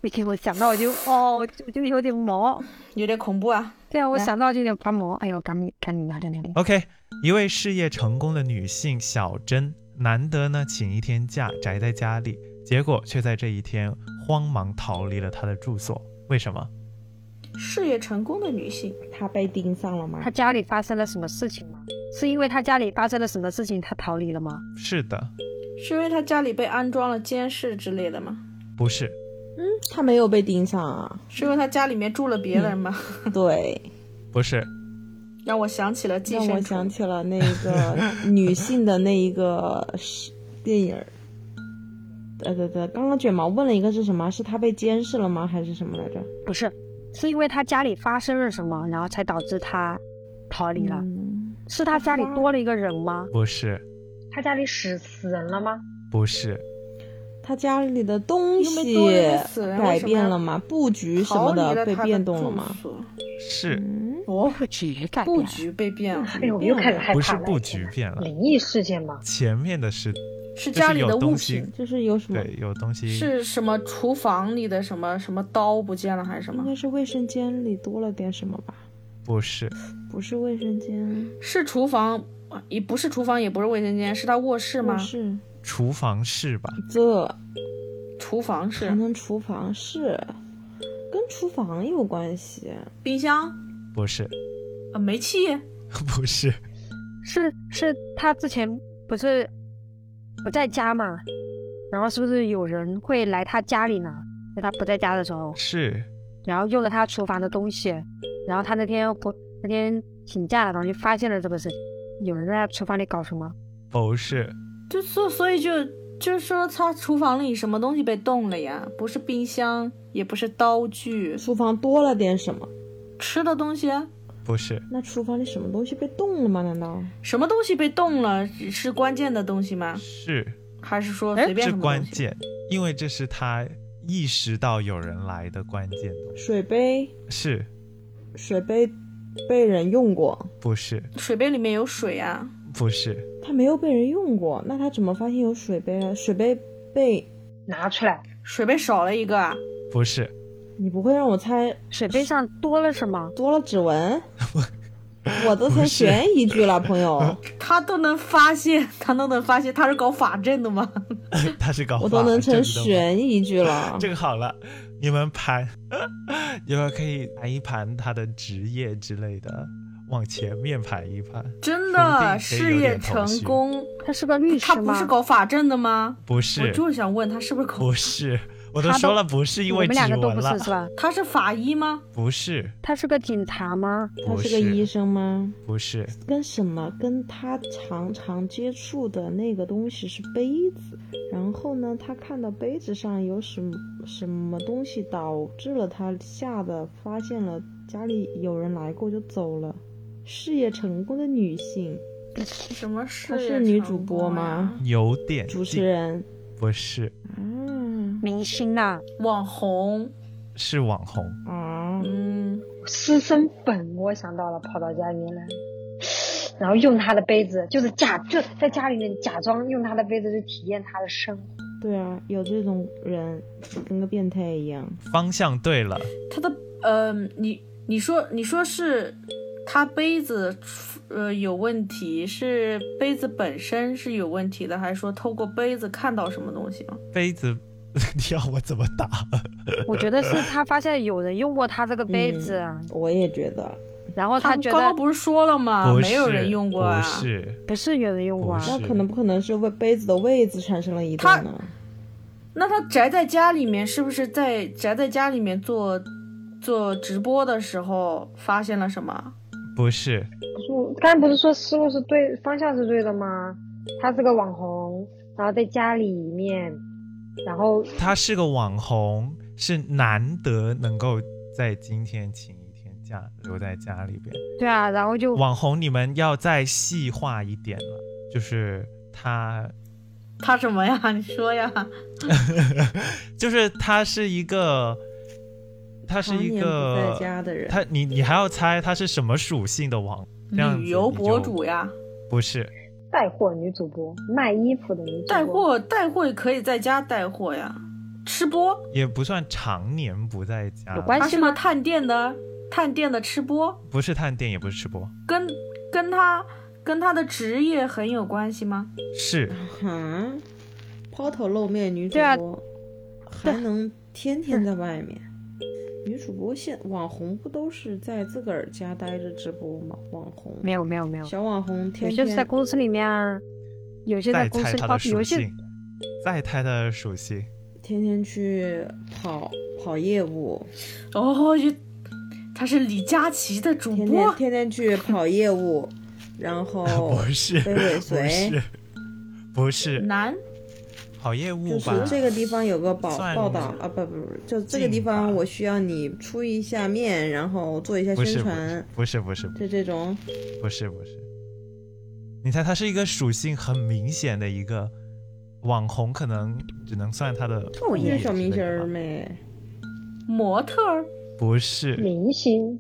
S3: 每天我想到我就哦，我就我就有点毛。
S2: 有点恐怖啊。
S3: 对啊，我
S2: 来
S3: 想到就有点发毛。哎呦，赶紧赶紧拿着那个。
S5: OK，一位事业成功的女性小珍，难得呢请一天假宅在家里，结果却在这一天慌忙逃离了她的住所。为什么？
S2: 事业成功的女性，
S7: 他被盯上了吗
S3: 他？家里发生了什么事情吗？是因为他家里发生了什么事情，他逃离了吗？
S5: 是的，
S2: 是因为她家里被安装了监视之类的吗？
S5: 不是，
S7: 他没有被盯上啊。
S2: [laughs] 是因为她家里面住了别人吗？
S7: 对，
S5: 不是，
S2: 让我想起了《寄
S7: 让我
S2: 生
S7: 想
S2: 虫》。
S7: 起了那个女性的那一个是电影儿。呃对对对，刚刚卷毛问了一个是什么？是他被监视了吗？还是什么来着？
S3: 不是，是因为他家里发生了什么，然后才导致他逃离了？
S7: 嗯，
S3: 是他家里多了一个人吗？
S5: 不是，
S8: 啊他家里死死人了吗？
S5: 不是，
S7: 他家里的东
S2: 又没
S7: 西
S2: 多了个死人
S7: 改
S2: 为什么
S7: 变
S2: 要
S7: 了吗？布局什
S2: 逃
S7: 么
S2: 离了
S7: 的被
S2: 她
S7: 变动了吗
S2: 住？所？
S5: 是，
S7: 嗯，
S2: 哦，
S3: 布局改
S2: 布
S3: 变。
S2: 局被变了，
S8: 哎呦，我又开始害怕了。
S5: 不是布局变了，
S8: 灵异事件吗？
S5: 前面的是
S2: 是
S5: 就是
S2: 家里
S5: 有
S2: 的物
S5: 东西
S2: 品，
S7: 就是有什么？
S5: 对有东西
S2: 是什么厨房里的什么什么刀不见了还是什
S7: 应
S2: 么？
S7: 该是卫生间里多了点什么吧？
S5: 不是
S7: 不是卫生间，
S2: 是厨房，呃也不是厨房，也不是卫生间，是她卧室吗
S7: 卧？室
S5: 厨房是吧？
S7: 这
S2: 厨房
S7: 可
S2: 是
S7: 能厨房是跟厨房有关系。
S2: 冰箱，
S5: 不是，
S2: 呃，煤气。
S5: 不是，
S3: 是是他之前不是不在家吗？然后是不是有人会来他家里呢？在他不在家的时候，
S5: 是
S3: 然后用了他厨房的东西，然后他那天不那天请假了，然后就发现了这个事情，有人在他厨房里搞什么？
S5: 不是，
S2: 就所所以就就是说，他厨房里什么东西被动了呀？不是冰箱，也不是刀具，
S7: 厨房多了点什么？
S2: 吃的东西，啊
S5: 不是，
S7: 那厨房里什么东西被动了吗？难道
S2: 什么东西被动了？是关键的东西吗？
S5: 是。
S2: 还是说
S3: 哎
S2: 随便
S5: 是
S2: 什么
S5: 关
S2: 东西？
S5: 键，因为这是他意识到有人来的关键东西，
S7: 水杯
S5: 是
S7: 水杯被人用过？
S5: 不是？
S2: 水杯里面有水啊，
S5: 不是，
S7: 他没有被人用过，那他怎么发现有水杯啊？水杯被
S8: 拿出来，
S2: 水杯少了一个啊，
S5: 不是，
S7: 你不会让我猜
S3: 水杯上多了什么？
S7: 多了指纹？我都成
S5: 不是
S7: 悬疑剧了，朋友，
S2: 他都能发现，他都能发现，他是搞法证的吗？
S5: 他是搞
S7: 我都
S5: 法
S7: 能
S5: 这
S7: 成
S5: 个都
S7: 悬疑剧了。
S5: 这个好了，你们呃盘，你们可以盘一盘他的职业之类的，往前面盘一盘。
S2: 真
S5: 说不
S2: 的
S5: 定谁有
S2: 事业
S5: 点头
S2: 成
S5: 绪
S2: 功，
S3: 他是个律师
S2: 他
S3: 吗？
S2: 不是搞法证的吗？
S5: 不
S2: 我
S5: 是，
S2: 就是想问他是不是搞，
S5: 不是，我都
S3: 他
S5: 说
S3: 都
S5: 了不是因
S3: 我
S5: 为
S3: 们
S5: 指
S3: 两个都
S5: 纹
S3: 不
S5: 了
S3: 是，是吧？
S2: 他是法医吗？
S5: 不是，
S3: 他是个警察吗？
S7: 他
S5: 不
S7: 是个医生吗？
S5: 不是，
S7: 跟什么？跟他常常接触的那个东西是杯子，然后呢，他看到杯子上有什么什么东西，导致了他吓得发现了家里有人来过就走了。事业成功的女性
S2: 什么事
S7: 她
S2: 业
S7: 是
S2: 成功呀？
S7: 女主播吗
S5: 有点
S7: 主持
S5: 近，
S7: 人
S5: 不是，
S7: 啊
S3: 明星啊，
S2: 网红，
S5: 是网红，
S7: 啊！
S2: 嗯，
S8: 私生粉，我想到了，跑到家里面来，然后用他的杯子，就是假，就在家里面假装用他的杯子去体验他的生活。
S7: 对啊，有这种人跟个变态一样。
S5: 方向对了，
S2: 他的呃，你你说你说是他杯子呃有问题，是杯子本身是有问题的，还是说透过杯子看到什么东西啊？
S5: 杯子， [laughs] 你要我怎么打？
S3: [laughs] 我觉得是他发现有人用过他这个
S5: 嗯
S3: 杯子，啊
S7: 我也觉得，
S3: 然
S7: 哦
S3: 后他觉
S2: 刚刚
S3: 得
S2: 不是说了吗？
S5: 不
S2: 啊没有
S5: 是
S2: 人用过啊
S5: 不。是，
S3: 不是有人用过啊
S5: 不，是
S7: 那可能不可能是为杯子的位置产生了移动
S2: 他
S7: 呢？
S2: 那他宅在家里面，是不是在宅在家里面做做直播的时候发现了什么？
S5: 不是，
S9: 我刚才不是说思路是对，方向是对的吗？他是个网红，然后在家里面，然后
S5: 他是个网红，是难得能够在今天请一天假留在家里边。
S3: 对啊，然后就
S5: 网红你们要再细化一点了，就是他
S2: 他什么呀？你说呀？
S5: 就是他是一个，他是
S7: 常
S5: 一
S7: 年不在
S5: 个，
S7: 家的人，
S5: 他你你还要猜他是什么属性的网？这样子
S2: 旅游
S5: 你
S2: 博
S5: 就
S2: 主呀，
S5: 不是，
S9: 带货女主播，卖衣服的女主播，
S2: 带货带货也可以在家带货呀，吃播，
S5: 也不算常年不在家
S3: 有，关
S8: 啊
S2: 他
S3: 系
S2: 是个
S7: 啊
S3: 吗？
S2: 探店的探店的吃播，
S5: 不是探店，也不是吃播，
S2: 跟跟他跟他的职业很有关系吗？
S5: 是
S7: 啊，抛头露面女主
S3: 对啊
S7: 播，还能天天在外面。女主播现网红不都是在自个儿家待着直播吗？网红
S3: 没有没有没有，
S7: 小网红
S3: 有
S7: 天
S3: 些
S7: 天
S3: 是在公司里面啊，有些在
S5: 再
S3: 公
S5: 猜
S3: 司
S5: 他的
S3: 里，
S5: 属
S3: 有些
S5: 性，再猜他的属性，
S7: 天天去跑跑业务，
S2: 哦，就他是李佳琦的主
S7: 天天
S2: 播，
S7: 天天去跑业务，然后
S5: [laughs] 不是，
S7: 被尾
S5: 不
S7: 随
S5: 是， [laughs] 不是
S2: 男
S5: 跑业务
S7: 就
S5: 吧？
S7: 是这个地方有个报
S5: 算
S7: 报道
S5: 是
S7: 啊，不不不，就这个地
S5: 进吧
S7: 方我需要你出一下面，然后做一下
S5: 不
S7: 宣
S5: 是
S7: 传，
S5: 不是不是不是
S7: 就这种。
S5: 不是不是，你猜它是一个属性很明显的一个网红，可能只能算他的
S7: 我
S5: 业
S7: 是小明星儿
S5: 儿
S7: 没，
S2: 模特儿，
S5: 不是
S9: 明星，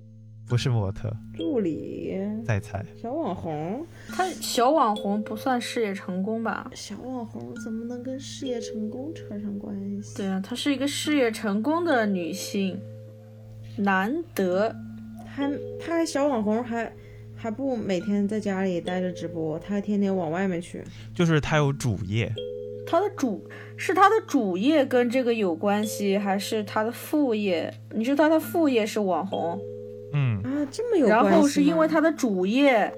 S5: 不是模特，
S7: 助理、
S5: 再猜
S7: 小网红，
S2: 他小网红不算事业成功吧？
S7: 小网红怎么能跟事业成功扯上关系？
S2: 对啊，她是一个事业成功的女性，难得
S7: 还他还小网红还还不每天在家里待着直播，他还天天往外面去。
S5: 就是他有主业，
S2: 她的主是她的主业跟这个有关系，还是她的副业？你说她的副业是网红，
S5: 嗯，
S7: 啊，这么有关
S2: 然
S7: 系吗？
S2: 后是因为她的主业，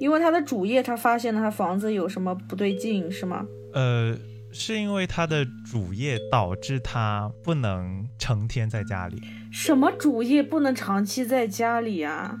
S2: 因为她的主业，她发现了她房子有什么不对劲，是吗？
S5: 呃，是因为他的主业导致他不能成天在家里，
S2: 什么主业不能长期在家里啊？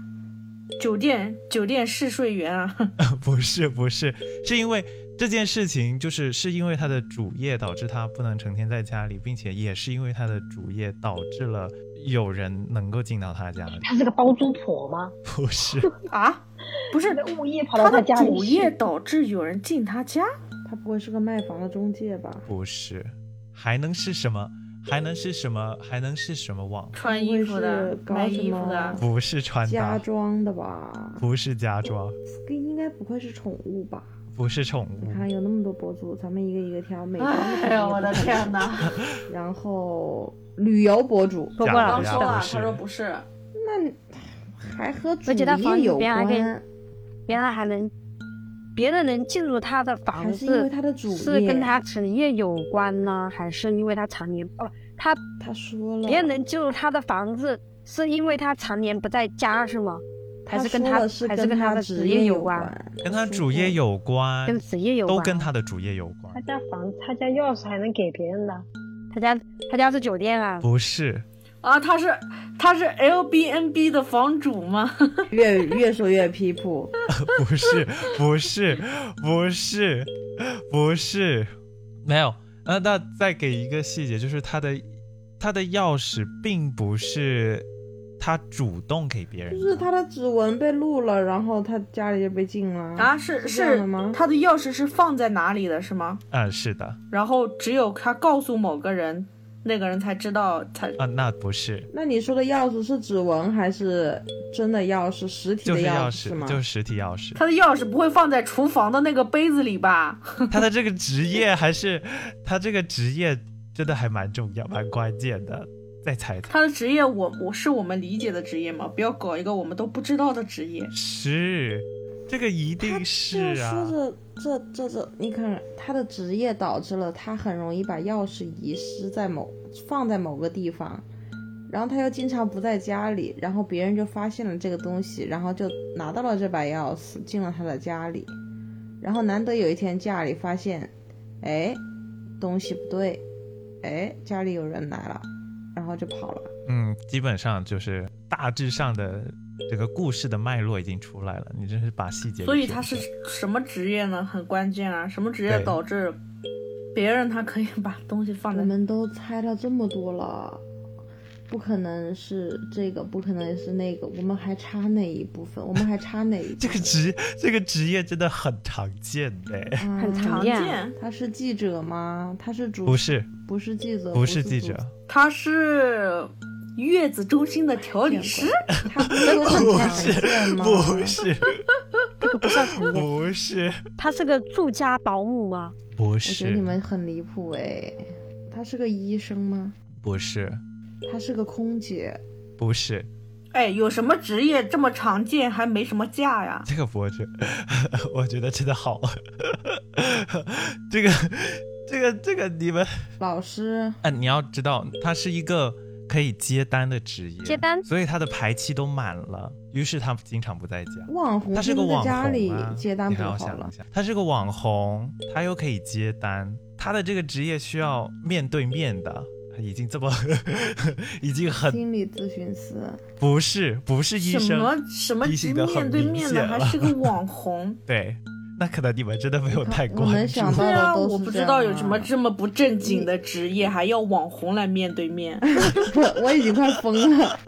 S2: 酒店酒店试睡员啊？
S5: [laughs]
S2: [laughs]
S5: 不是不是，是因为这件事情，就是是因为他的主业导致他不能成天在家里，并且也是因为他的主业导致了有人能够进到他家里。
S9: 她是个包租婆吗？
S5: 不是，
S2: 啊，不是
S9: 她的物业跑到
S2: 她
S9: 她
S2: 的
S9: 家里
S2: 主
S9: 去
S2: 业导致有人进她家。
S7: 他不会是个卖房的中介吧？
S5: [laughs] 不是，还能是什么？还能是什么？还能是什么网？
S2: 穿
S7: 不会
S2: 衣服的
S7: 是、搞
S2: 卖
S7: 什
S2: 衣服的
S7: 么，
S5: 不是穿
S7: 家
S5: 搭，
S7: 装的吧？
S5: 不是家装，
S7: 这应该不会是宠物吧？
S5: 不是宠
S7: 你
S5: 物，
S7: 看有那么多博主，咱们一个一个挑，美妆的肯定
S2: 哎
S7: 也
S2: 呦，我
S7: 不
S2: 的
S7: 可能
S2: 天
S7: [laughs]
S2: 哪！
S7: 然后旅游博主，
S3: 说过
S5: 假
S3: 了
S2: 刚
S5: 的呀
S2: 说了，
S5: 啊不是
S2: 他说不是，
S7: 那还和主
S3: 而且他房子
S7: 业有
S3: 边还可以
S7: 关，，
S3: 别人还能，别人能进入他的房
S7: 还是因为
S3: 子，
S7: 他的主业？
S3: 是跟他职业有关呢，还是因为他常年哦，他
S7: 他说了，
S3: 别人能进入他的房子，是因为他常年不在家是吗？还
S7: 他
S3: 是跟
S7: 说
S3: 他
S7: 了是
S3: 还是
S7: 跟
S3: 跟
S7: 他
S3: 他的
S7: 职
S3: 职
S7: 业
S3: 业
S7: 有
S3: 有关
S7: 关
S5: 跟他主业有关，
S3: 跟职业有关？
S5: 都跟他的主业有关
S9: 她。家房，她家钥匙还能给别人的，
S3: 他家他家是酒店啊，
S5: 不
S7: [laughs]
S5: 是，
S2: 啊，他是他是 Airbnb 的房主吗？ [laughs]
S7: 越越说越批判。
S5: 不是，不是，不是，不是，没有。呃，那再给一个细节，就是他的他的钥匙并不是他主动给别人
S7: 就
S5: 的，
S7: 是他的指纹被录了，然后他家里就被禁了
S2: 啊，是
S7: 是这样
S2: 是
S7: 的吗，
S2: 他的钥匙是放在哪里的，是吗？
S5: 嗯，是的，啊、
S2: 然后只有他告诉某个人，那个人才知道才。
S5: 呃那不是，
S7: 那你说的钥匙是指纹还是真的钥匙？实体
S5: 就
S7: 的
S5: 是钥
S7: 匙
S5: 匙，
S7: 吗？
S5: 就是实体钥
S7: [laughs]
S5: 匙。
S2: 他的钥匙不会放在厨房的那个杯子里吧？
S5: 他的这个职业还是他这个职业真的还蛮重要、蛮关键的。再猜猜，
S2: 他的职业我，我是我们理解的职业吗？不要搞一个我们都不知道的职业。
S5: 是这个一
S7: 他
S5: 定
S7: 这
S5: 是
S7: 样
S5: 啊，
S7: 说着这这这，你看他的职业导致了他很容易把钥匙遗失在某放在某个地方，然后他又经常不在家里，然后别人就发现了这个东西，然后就拿到了这把钥匙进了他的家里，然后难得有一天家里发现，哎，东西不对，哎，家里有人来了，然后就跑了。
S5: 嗯，基本上就是大致上的整个故事的脉络已经出来了，你真是把细节给
S2: 所以
S5: 撇
S2: 他是
S5: 开
S2: 什么职业呢？很关键啊！什么职业
S5: 对
S2: 导致别人他可以把东西放在
S7: 我们都猜了这么多了，不可能是这个，不可能是那个，我们还差哪一部分？我们还差哪一
S5: [laughs]
S7: 部
S5: 这个职这个职业真的很常见的，
S7: 分？
S3: 很
S7: 啊
S3: 常
S2: 常
S3: 见
S2: 见？
S7: 他是记者吗？他是主
S5: 不是
S7: 不是记者，
S5: 不是记者
S7: 主，
S2: 他是月子中心的调理师，
S7: 他
S5: [laughs]
S7: 不是有很常见吗？
S5: 不是
S3: 啊这个不算常见。
S5: 不是
S3: 他是个住家保姆吗？
S5: 不
S7: 我觉得你
S5: 是
S7: 们很离谱哎。他是个医生吗？
S5: 不是
S7: 他是个空姐，
S5: 不是
S2: 哎，有什么职业这么常见还没什么假呀？
S5: 这个不是， [laughs] 我觉得真的好， [laughs] 这个这个这个你们
S7: 老师，
S5: 啊，你要知道，它是一个可以接单的职业，
S3: 接单
S5: 所以他的排期都满了，于是他经常不在家。
S7: 网红
S5: 他是个
S7: 天天在
S5: 网红、
S7: 家
S5: 啊，
S7: 里接单
S5: 你
S7: 不
S5: 还
S7: 就
S5: 要
S7: 好
S5: 想
S7: 了
S5: 一？下，他是个网红，他又可以接单，他的这个职业需要面对面的，已经这么， [laughs] 已经很
S7: 心理咨询师， [laughs]
S5: 不是不是医
S2: 什么
S5: 生，
S2: 什么
S5: 提
S2: 职
S5: 醒得很
S2: 面对面
S5: 明
S2: 的，
S5: 显
S2: 还
S5: 了
S2: 是个网
S7: [laughs]
S2: 红？
S5: 对，那可能你们真的没有太
S7: 我
S5: 关注。
S7: 们想到
S2: 对
S7: 的
S2: 啊，
S7: 都是
S2: 我不
S7: 这
S2: 知
S7: 样
S2: 道
S7: 啊嗯
S2: 有什么这么不正经的职业还要网红来面对
S7: [laughs]
S2: 面。
S7: 我我已经快疯了。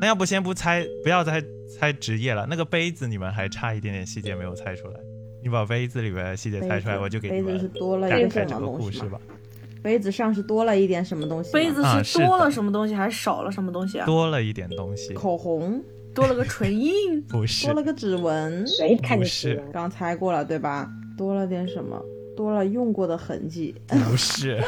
S5: 那要不先不猜，不要再猜职业了。那个杯子你们还差一点点细节没有猜出来，你把杯子里面的细节猜出来，
S7: 杯子
S5: 我就给你
S7: 杯子是
S5: 们
S7: 多了一
S5: 展
S7: 点
S5: 开
S7: 什
S5: 整个
S7: 么东
S5: 故
S7: 西
S5: 事吧
S7: 吗？。杯子上是多了一点什么东西吗？
S2: 杯子
S5: 啊是
S2: 是多
S5: 的
S2: 了什么东西还是少了什么东西啊？
S5: 多了一点东西，
S7: 口红，
S2: 多了个唇印，
S5: 不是
S7: 多了个指纹，
S10: 谁看
S5: 不
S10: 你
S5: 是
S7: 刚猜过了对吧？多了点什么？多了用过的痕迹。
S5: 不
S7: [laughs]
S5: 是，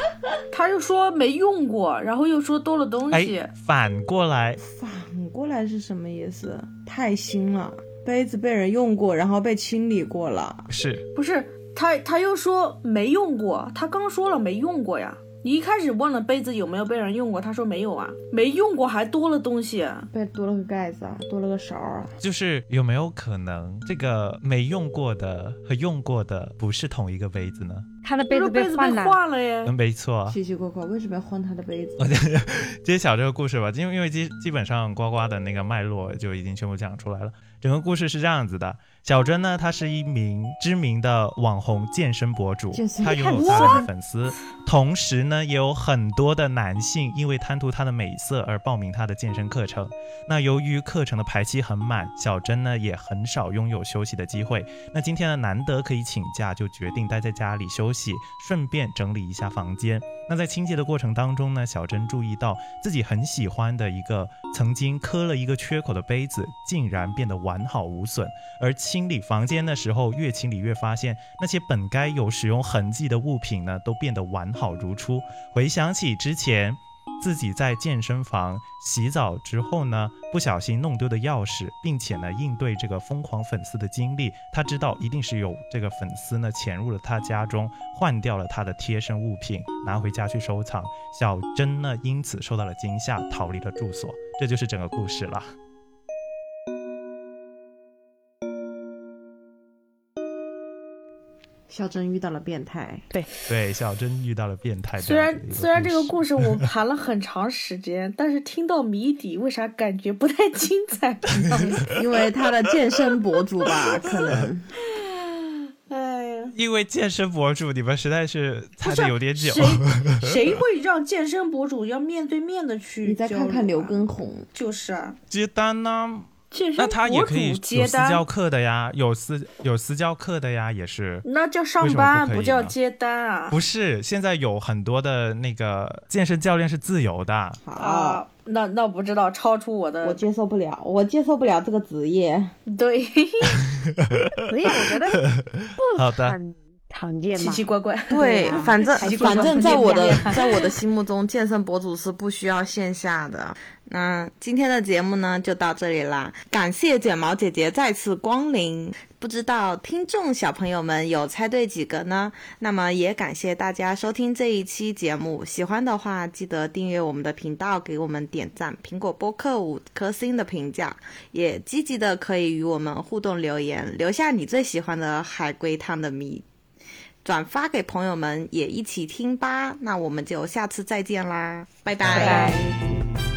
S2: 他又说没用过，然后又说多了东西。
S5: 哎，反过来
S7: 反过来是什么意思？太新了，杯子被人用过，然后被清理过了。
S5: 是
S2: 不是他，他又说没用过，他刚说了没用过呀。你一开始问了杯子有没有被人用过，他说没有啊，没用过还多了东西，
S7: 被多了个盖子啊，多了个勺啊。
S5: 就是有没有可能这个没用过的和用过的不是同一个杯子呢？
S3: 他的
S2: 这
S3: 杯
S2: 个
S3: 子
S2: 杯子被
S3: 换了，
S2: 换了耶。
S5: 嗯，没错，
S7: 奇奇怪怪，为什么要换他的杯子？
S5: [laughs] 揭晓这个故事吧，因为因为基基本上呱呱的那个脉络就已经全部讲出来了。整个故事是这样子的：小珍呢，她是一名知名的网红健身博主
S7: 健，身
S5: 她拥有
S7: 博主
S5: 大量的粉丝，同时呢，也有很多的男性因为贪图她的美色而报名她的健身课程。那由于课程的排期很满，小珍呢也很少拥有休息的机会。那今天呢，难得可以请假，就决定待在家里休息，顺便整理一下房间。那在清洁的过程当中呢，小珍注意到自己很喜欢的一个曾经磕了一个缺口的杯子，竟然变得完好无损。而清理房间的时候，越清理越发现那些本该有使用痕迹的物品呢，都变得完好如初。回想起之前自己在健身房洗澡之后呢，不小心弄丢的钥匙，并且呢应对这个疯狂粉丝的经历，他知道一定是有这个粉丝呢潜入了他家中，换掉了他的贴身物品，拿回家去收藏。小珍呢因此受到了惊吓，逃离了住所。这就是整个故事了。
S7: 小珍遇到了变态，
S5: 对，小珍遇到了变态这
S2: 虽
S5: 样
S2: 然
S5: 子的一个故事。
S2: 虽然这个故事我盘了很长时间，但是听到谜底，为啥感觉不太精
S5: [laughs]
S2: 彩？
S7: 因为他的健身博主 [laughs] 吧，可能
S2: 哎呀，
S5: 因为健身博主，你们实在是
S2: 不
S5: 猜
S2: 是
S5: 的有点久。 [laughs]
S2: 谁谁会让健身博主要面对面的去？啊
S7: 你再看看刘，畊宏，
S2: 就是啊，
S5: 接单呢、
S2: 健身
S5: 那他也
S2: 博
S5: 可以
S2: 主
S5: 有
S2: 接
S5: 私
S2: 单，
S5: 教课的呀，有私有私教课的呀，也是。
S2: 那叫
S5: 为
S2: 上
S5: 什么
S2: 班，
S5: 不可以
S2: 叫
S5: 呢
S2: 接单啊。
S5: 不是，现在有很多的那个健身教练是自由的，
S7: 好，
S2: 啊，那那不知道，超出我的
S7: 我接受不了，我接受不了这个职业。
S2: 对
S3: 所以我觉
S5: [laughs]
S3: 得
S5: 好的，
S3: 很常见
S2: [laughs] 奇
S3: 嘛。
S2: 奇怪怪。
S3: [laughs]
S7: 对
S3: 啊，
S7: 反正
S3: 还是
S7: 反正
S3: 不
S7: 在我
S3: 见
S7: 的
S3: 面 [laughs]
S7: 在我的心目中，健身博主是不需要线下的。那今天的节目呢，就到这里啦，感谢卷毛姐姐再次光临。不知道听众小朋友们有猜对几个呢？那么也感谢大家收听这一期节目，喜欢的话记得订阅我们的频道，给我们点赞，苹果播客五颗星的评价，也积极的可以与我们互动留言，留下你最喜欢的海龟汤的谜转发给朋友们也一起听吧。那我们就下次再见啦，拜拜。
S5: 拜拜